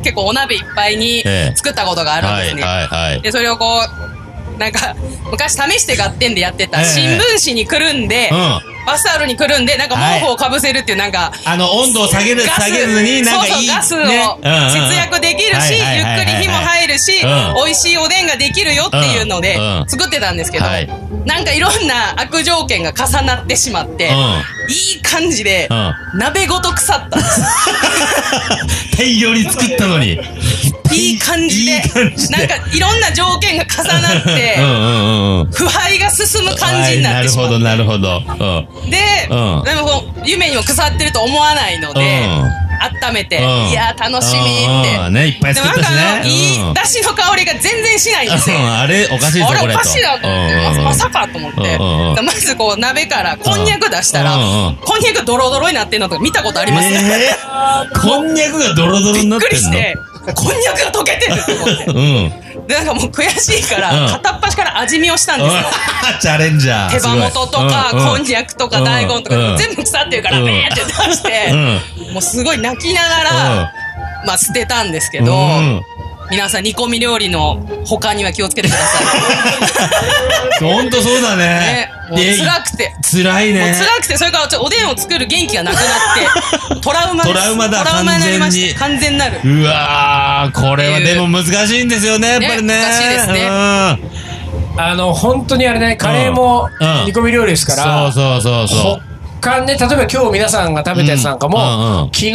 S2: う
S5: 結構お鍋いっぱいに
S2: ええ
S5: 作ったことがあるん
S2: は
S5: で
S2: い、
S5: すね。
S2: はい、はい。
S5: でそれをこうなんか昔試して合点でやって
S2: え
S5: た
S2: え
S5: 新聞紙にくるんで、
S2: うん
S5: バスタオルにくるんでなんか
S2: はい
S5: 毛布をかぶせるっていうなんか、
S2: あの、温度を下げる、
S5: ガ
S2: 下
S5: ス
S2: げずに、なんかいい。
S5: そうそうガスを
S2: ね
S5: 節約できるし、ゆっくり火も入るし、美味しいおでんができるよっていうので
S2: うんうん
S5: 作ってたんですけど、
S2: はい
S5: なんかいろんな悪条件が重なってしまって、いい感じで、
S2: う
S5: 鍋ごと腐ったんです
S2: 大量に作ったのに。
S5: いい感じで
S2: *laughs* いい感じで
S5: なんかいろんな条件が重なって、
S2: うん、うん、うん、うん。
S5: 腐敗が進む感じになってしまって、
S2: はいなるほど、なるほど。うん。
S5: で、
S2: うん
S5: でもこう夢にも腐ってると思わないの
S2: う
S5: で、
S2: ん
S5: 温めて、
S2: うん
S5: いやー楽しみって、
S2: うんうんねいっぱい作ったしね
S5: でもなんかあの
S2: う
S5: い
S2: ん
S5: い出汁の香りが全然しないんですよ
S2: うんあれ、おかしいぞ、
S5: あ
S2: こ
S5: れ
S2: れ
S5: お
S2: と。
S5: かしいなと思って、まさまさかと思って、
S2: うんうん
S5: まずこう鍋からこんにゃく出したら、
S2: うんうん
S5: こんにゃくドロドロになってるのとか見たことあります、
S2: えーこんにゃくがドロドロに
S5: び
S2: な
S5: っ
S2: っ
S5: く
S2: て
S5: り
S2: んの
S5: してこんにゃくが溶けてると思って
S2: うん。
S5: でなんかもう悔しいから、
S2: うん
S5: 片っ端から味見をしたんですよ、
S2: チャレンジャー。
S5: 手羽元とか、
S2: すごい
S5: こんにゃくとか、
S2: うん
S5: 大根と
S2: う
S5: か、
S2: ん
S5: 全部腐ってるから、
S2: うん
S5: べーって出して、もうすごい泣きながら、まあ捨てたんですけど
S2: うん、
S5: 皆さん煮込み料理の他には気をつけてくださ
S2: うん。ほんとそうだ
S5: い。ね
S2: *laughs* ね。、
S5: もう
S2: え
S5: 辛くて。
S2: 辛い
S5: もう
S2: ね。
S5: 辛くて、それからちょっとおでんを作る元気がなくな
S2: *laughs*
S5: って、トラウマです
S2: トラウマだ
S5: トラウマになりました。
S2: 完
S5: 完全なる。
S2: うわー、これはでも難しいんですよね、やっぱりね。
S5: ね難しいですね
S2: うん
S1: あの、本当にあれね、カレーも
S2: うん
S1: 煮込み料理ですから、
S2: そうそうそうそう。
S1: 他ね、例えば今日皆さんが食べたやつなんかも、
S2: うんうん
S1: 昨日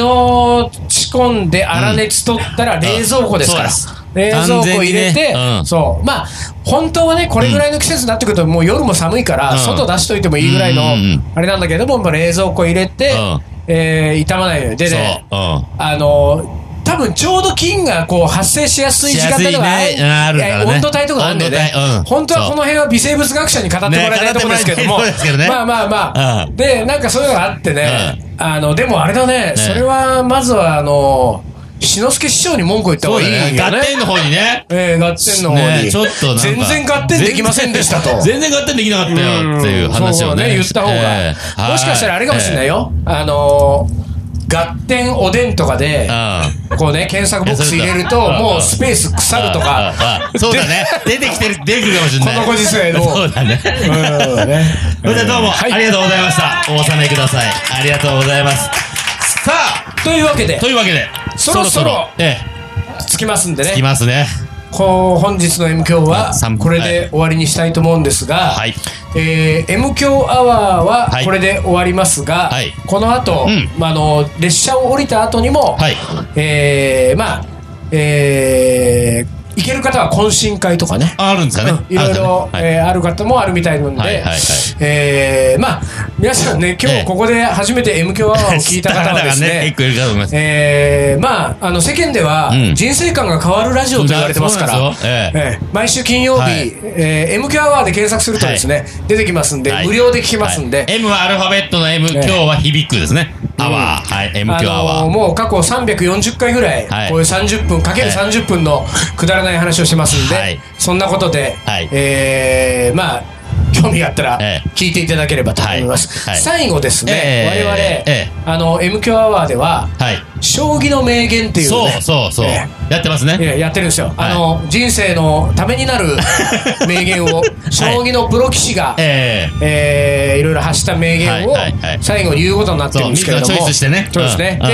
S1: 仕込んで粗熱取ったら冷蔵庫ですから、
S2: うん
S1: 冷
S2: そうです
S1: 蔵庫入れ
S2: 完全
S1: て、
S2: にねうん
S1: そうまあ本当はねこれぐらいの季節になってくるともう夜も寒いから、
S2: うん
S1: 外出しといてもいいぐらいの
S2: うんうんうん
S1: あれなんだけども、まあ、冷蔵庫入れて、
S2: うん
S1: えー傷まないようにで
S2: そう。
S1: ね
S2: うん
S1: あのー多分ちょうど菌がこう発生しやすい時間帯とか、
S2: しやすいねうんあるからね
S1: えー温度帯とかあるんだよね
S2: 温度帯うん
S1: 本当はこの辺は微生物学者に語ってもらいたいところですけども、
S2: ね語ってもらいたいところですけどね
S1: まあまあまあ、
S2: うん
S1: でなんかそういうのがあってね、あのでもあれだね、それはまずはあの志の輔師匠に文句を言った方
S2: そう
S1: がいいよ
S2: だね。
S1: ね
S2: ガッテンの方にね。
S1: えー、ガッテンの方に、
S2: ねちょっとなんか
S1: 全然ガッテンできませんでしたと
S2: *laughs* 全然全然ガッテンできなかったよっていう話を
S1: そう
S2: ね。
S1: 言った方が、
S2: えー
S1: もしかしたらあれかもしれない。よ、あのー合点おでんとかで、
S2: うん。
S1: こうね、検索ボックス入れる
S2: い
S1: と、
S2: やそれだ
S1: もうスペース腐るとか、
S2: あああそうだね。出てきてる、出てくるかもしれない。
S1: このご時世の
S2: そうだね。それではどうも、ありがとうございました。お納めください。ありがとうございます。さあ、
S1: というわけで
S2: と、いうわけで、
S1: そろそろ
S2: え
S1: つきますんで
S2: え、い
S1: ね、
S2: ますね。
S1: こう本日の M 強は
S2: 三分
S1: これで終わりにしたいと思うんですが、
S2: はい。
S1: えー、M 強アワー
S2: は
S1: はいこれで終わりますが、
S2: はい
S1: この後、
S2: うん
S1: まああの列車を降りた後にも、
S2: はい。
S1: えーまあ、えー行ける方は懇親会とかね、
S2: ああるんですかね。
S1: いろいろ、
S2: あるんですかねはい
S1: えーある方もあるみたいなので、
S2: はいはいはい
S1: えーまあ、皆さんね、今
S2: ええ
S1: 日ここで初めて M 響アワ
S2: *laughs*
S1: ーを聞いた方はです
S2: 知った方が結
S1: ね、
S2: 構いるかと思います。
S1: えーまあ、あの世間では
S2: うん
S1: 人生観が変わるラジオと言われてますから、
S2: そうなんですよええ
S1: ええ毎週金曜日、
S2: はい
S1: えー、MQ アワーで検索するとですね、出てきますんで、
S2: はい
S1: 無料で聞きますんで、
S2: はい M はアルファベットの M、今日は響くですね。アワー。はい、M 今日ア
S1: あ
S2: ワ
S1: のー
S2: ー。
S1: もう過去340回ぐらい、
S2: はい
S1: こういう30分かける
S2: は
S1: 30分のくだらない話をしてますんで、
S2: はい
S1: そんなことで、
S2: はい
S1: えーまあ興味があったら
S2: ええ
S1: 聞いていただければと思います、
S2: はいはい
S1: 最後ですね、
S2: え
S1: 我
S2: え
S1: 々、
S2: ええ
S1: あの M 強アワーでは
S2: はい。
S1: 将棋の名言っていう
S2: そ
S1: ね
S2: うそうそう。
S1: え
S2: やってます
S1: え
S2: ね。
S1: ええやってるんですよ、
S2: はい
S1: あの人生のためになる名言
S2: *laughs*
S1: を将棋のプロ棋士が、
S2: ええ。
S1: えーいろいろ発した名言を
S2: はいはいはい
S1: 最後に言うことになってるんですけれども、
S2: そう自らチョイスしてね
S1: そうですね。
S2: う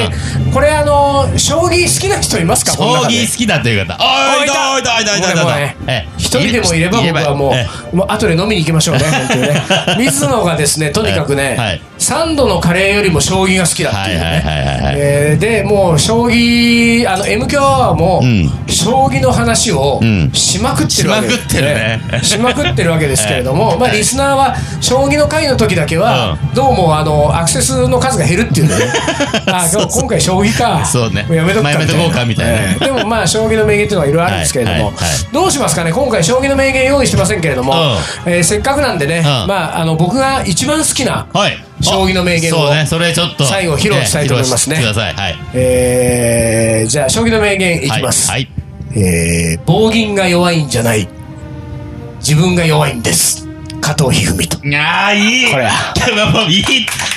S1: で、これあの将棋好きな人いますか？
S2: 将
S1: この中で
S2: 棋好きだという方。おー、いた、おいた、おいた、おいた、おい
S1: もうね
S2: た
S1: もうね
S2: ええ
S1: 一人でもいれば僕はもう、
S2: え
S1: もう後で飲みに行きましょうね。本当に
S2: *laughs*
S1: ね水野がですね、とにかくね、
S2: はいはい
S1: 三度のカレーよりも将棋が好きだっていう
S2: はいはいはいはいは
S1: ね
S2: い。
S1: えーで、もう将棋あの M 響アワーも、
S2: うん
S1: 将棋の話を
S2: うん
S1: しまくってるわけです、
S2: し
S1: しまくってるわけですけれども、
S2: *laughs* ええ
S1: まあリスナーは将棋の会の時だけは、どうもあのアクセスの数が減るっていう
S2: *laughs*
S1: ね。あ、今日今回将棋か。
S2: そうね
S1: もやめとくか
S2: まあやめとこうかみたいな
S1: ええでもまあ将棋の名言っていうのはいろいろあるんですけれども、
S2: はいはいはい
S1: どうしますかね今回将棋の名言用意してませんけれども、
S2: う
S1: えーせっかくなんでね、まああの僕が一番好きな、
S2: はい。
S1: 将棋の名言を
S2: そうね、それちょっと。
S1: 最後披露したいと思いますね
S2: ええ披露してください。
S1: えーじゃあ将棋の名言い
S2: はい。
S1: きます。
S2: はい。
S1: えー暴銀が弱いんじゃない自分が弱いんです加藤一二三と
S2: はいああ、いい。
S1: これは
S2: で *laughs* ももういい。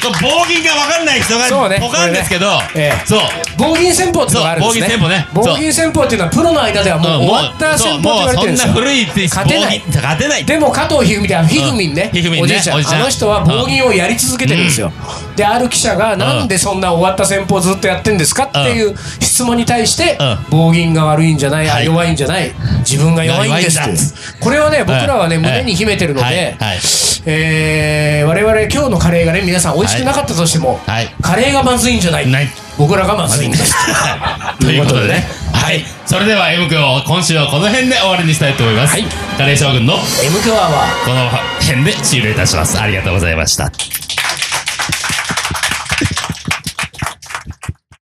S2: こう棒銀が分かんない人が、
S1: そうね
S2: わかんですけど
S1: これねえ、え
S2: そう。
S1: 暴銀戦法っていうのがあるんですね
S2: そう暴銀戦法ねそう
S1: 暴銀戦法っていうのはプロの間ではもう終わった戦法って言われてるんです
S2: そうもうそんな
S1: よ
S2: 古いって、
S1: 勝てない
S2: 棒銀勝てない。
S1: でも加藤一二三ってひぐみんね
S2: うんひぐみんね
S1: おじいちゃん
S2: おじいちゃん
S1: あの人は暴銀をやり続けてるんですよ、である記者がなんでそんな終わった戦法ずっとやってんですかっていう質問に対して、
S2: う
S1: 暴銀が悪いんじゃない、あ
S2: はい
S1: 弱いんじゃない自分が弱いんですっていう
S2: 弱いんだ
S1: これはね僕らはね、
S2: はい
S1: 胸に秘めてるので、
S2: はいはい
S1: えー我々今日のカレーがね皆さん美味しくなかったとしても、
S2: はいはい
S1: カレーがまずいんじゃない
S2: ない
S1: 僕らがまずいん
S2: *laughs*
S1: です
S2: ということでね。はい。それでは M 君を今週はこの辺で終わりにしたいと思います。
S1: はい
S2: カレー将軍の
S1: M クワは
S2: この辺で終了いたします。ありがとうございました。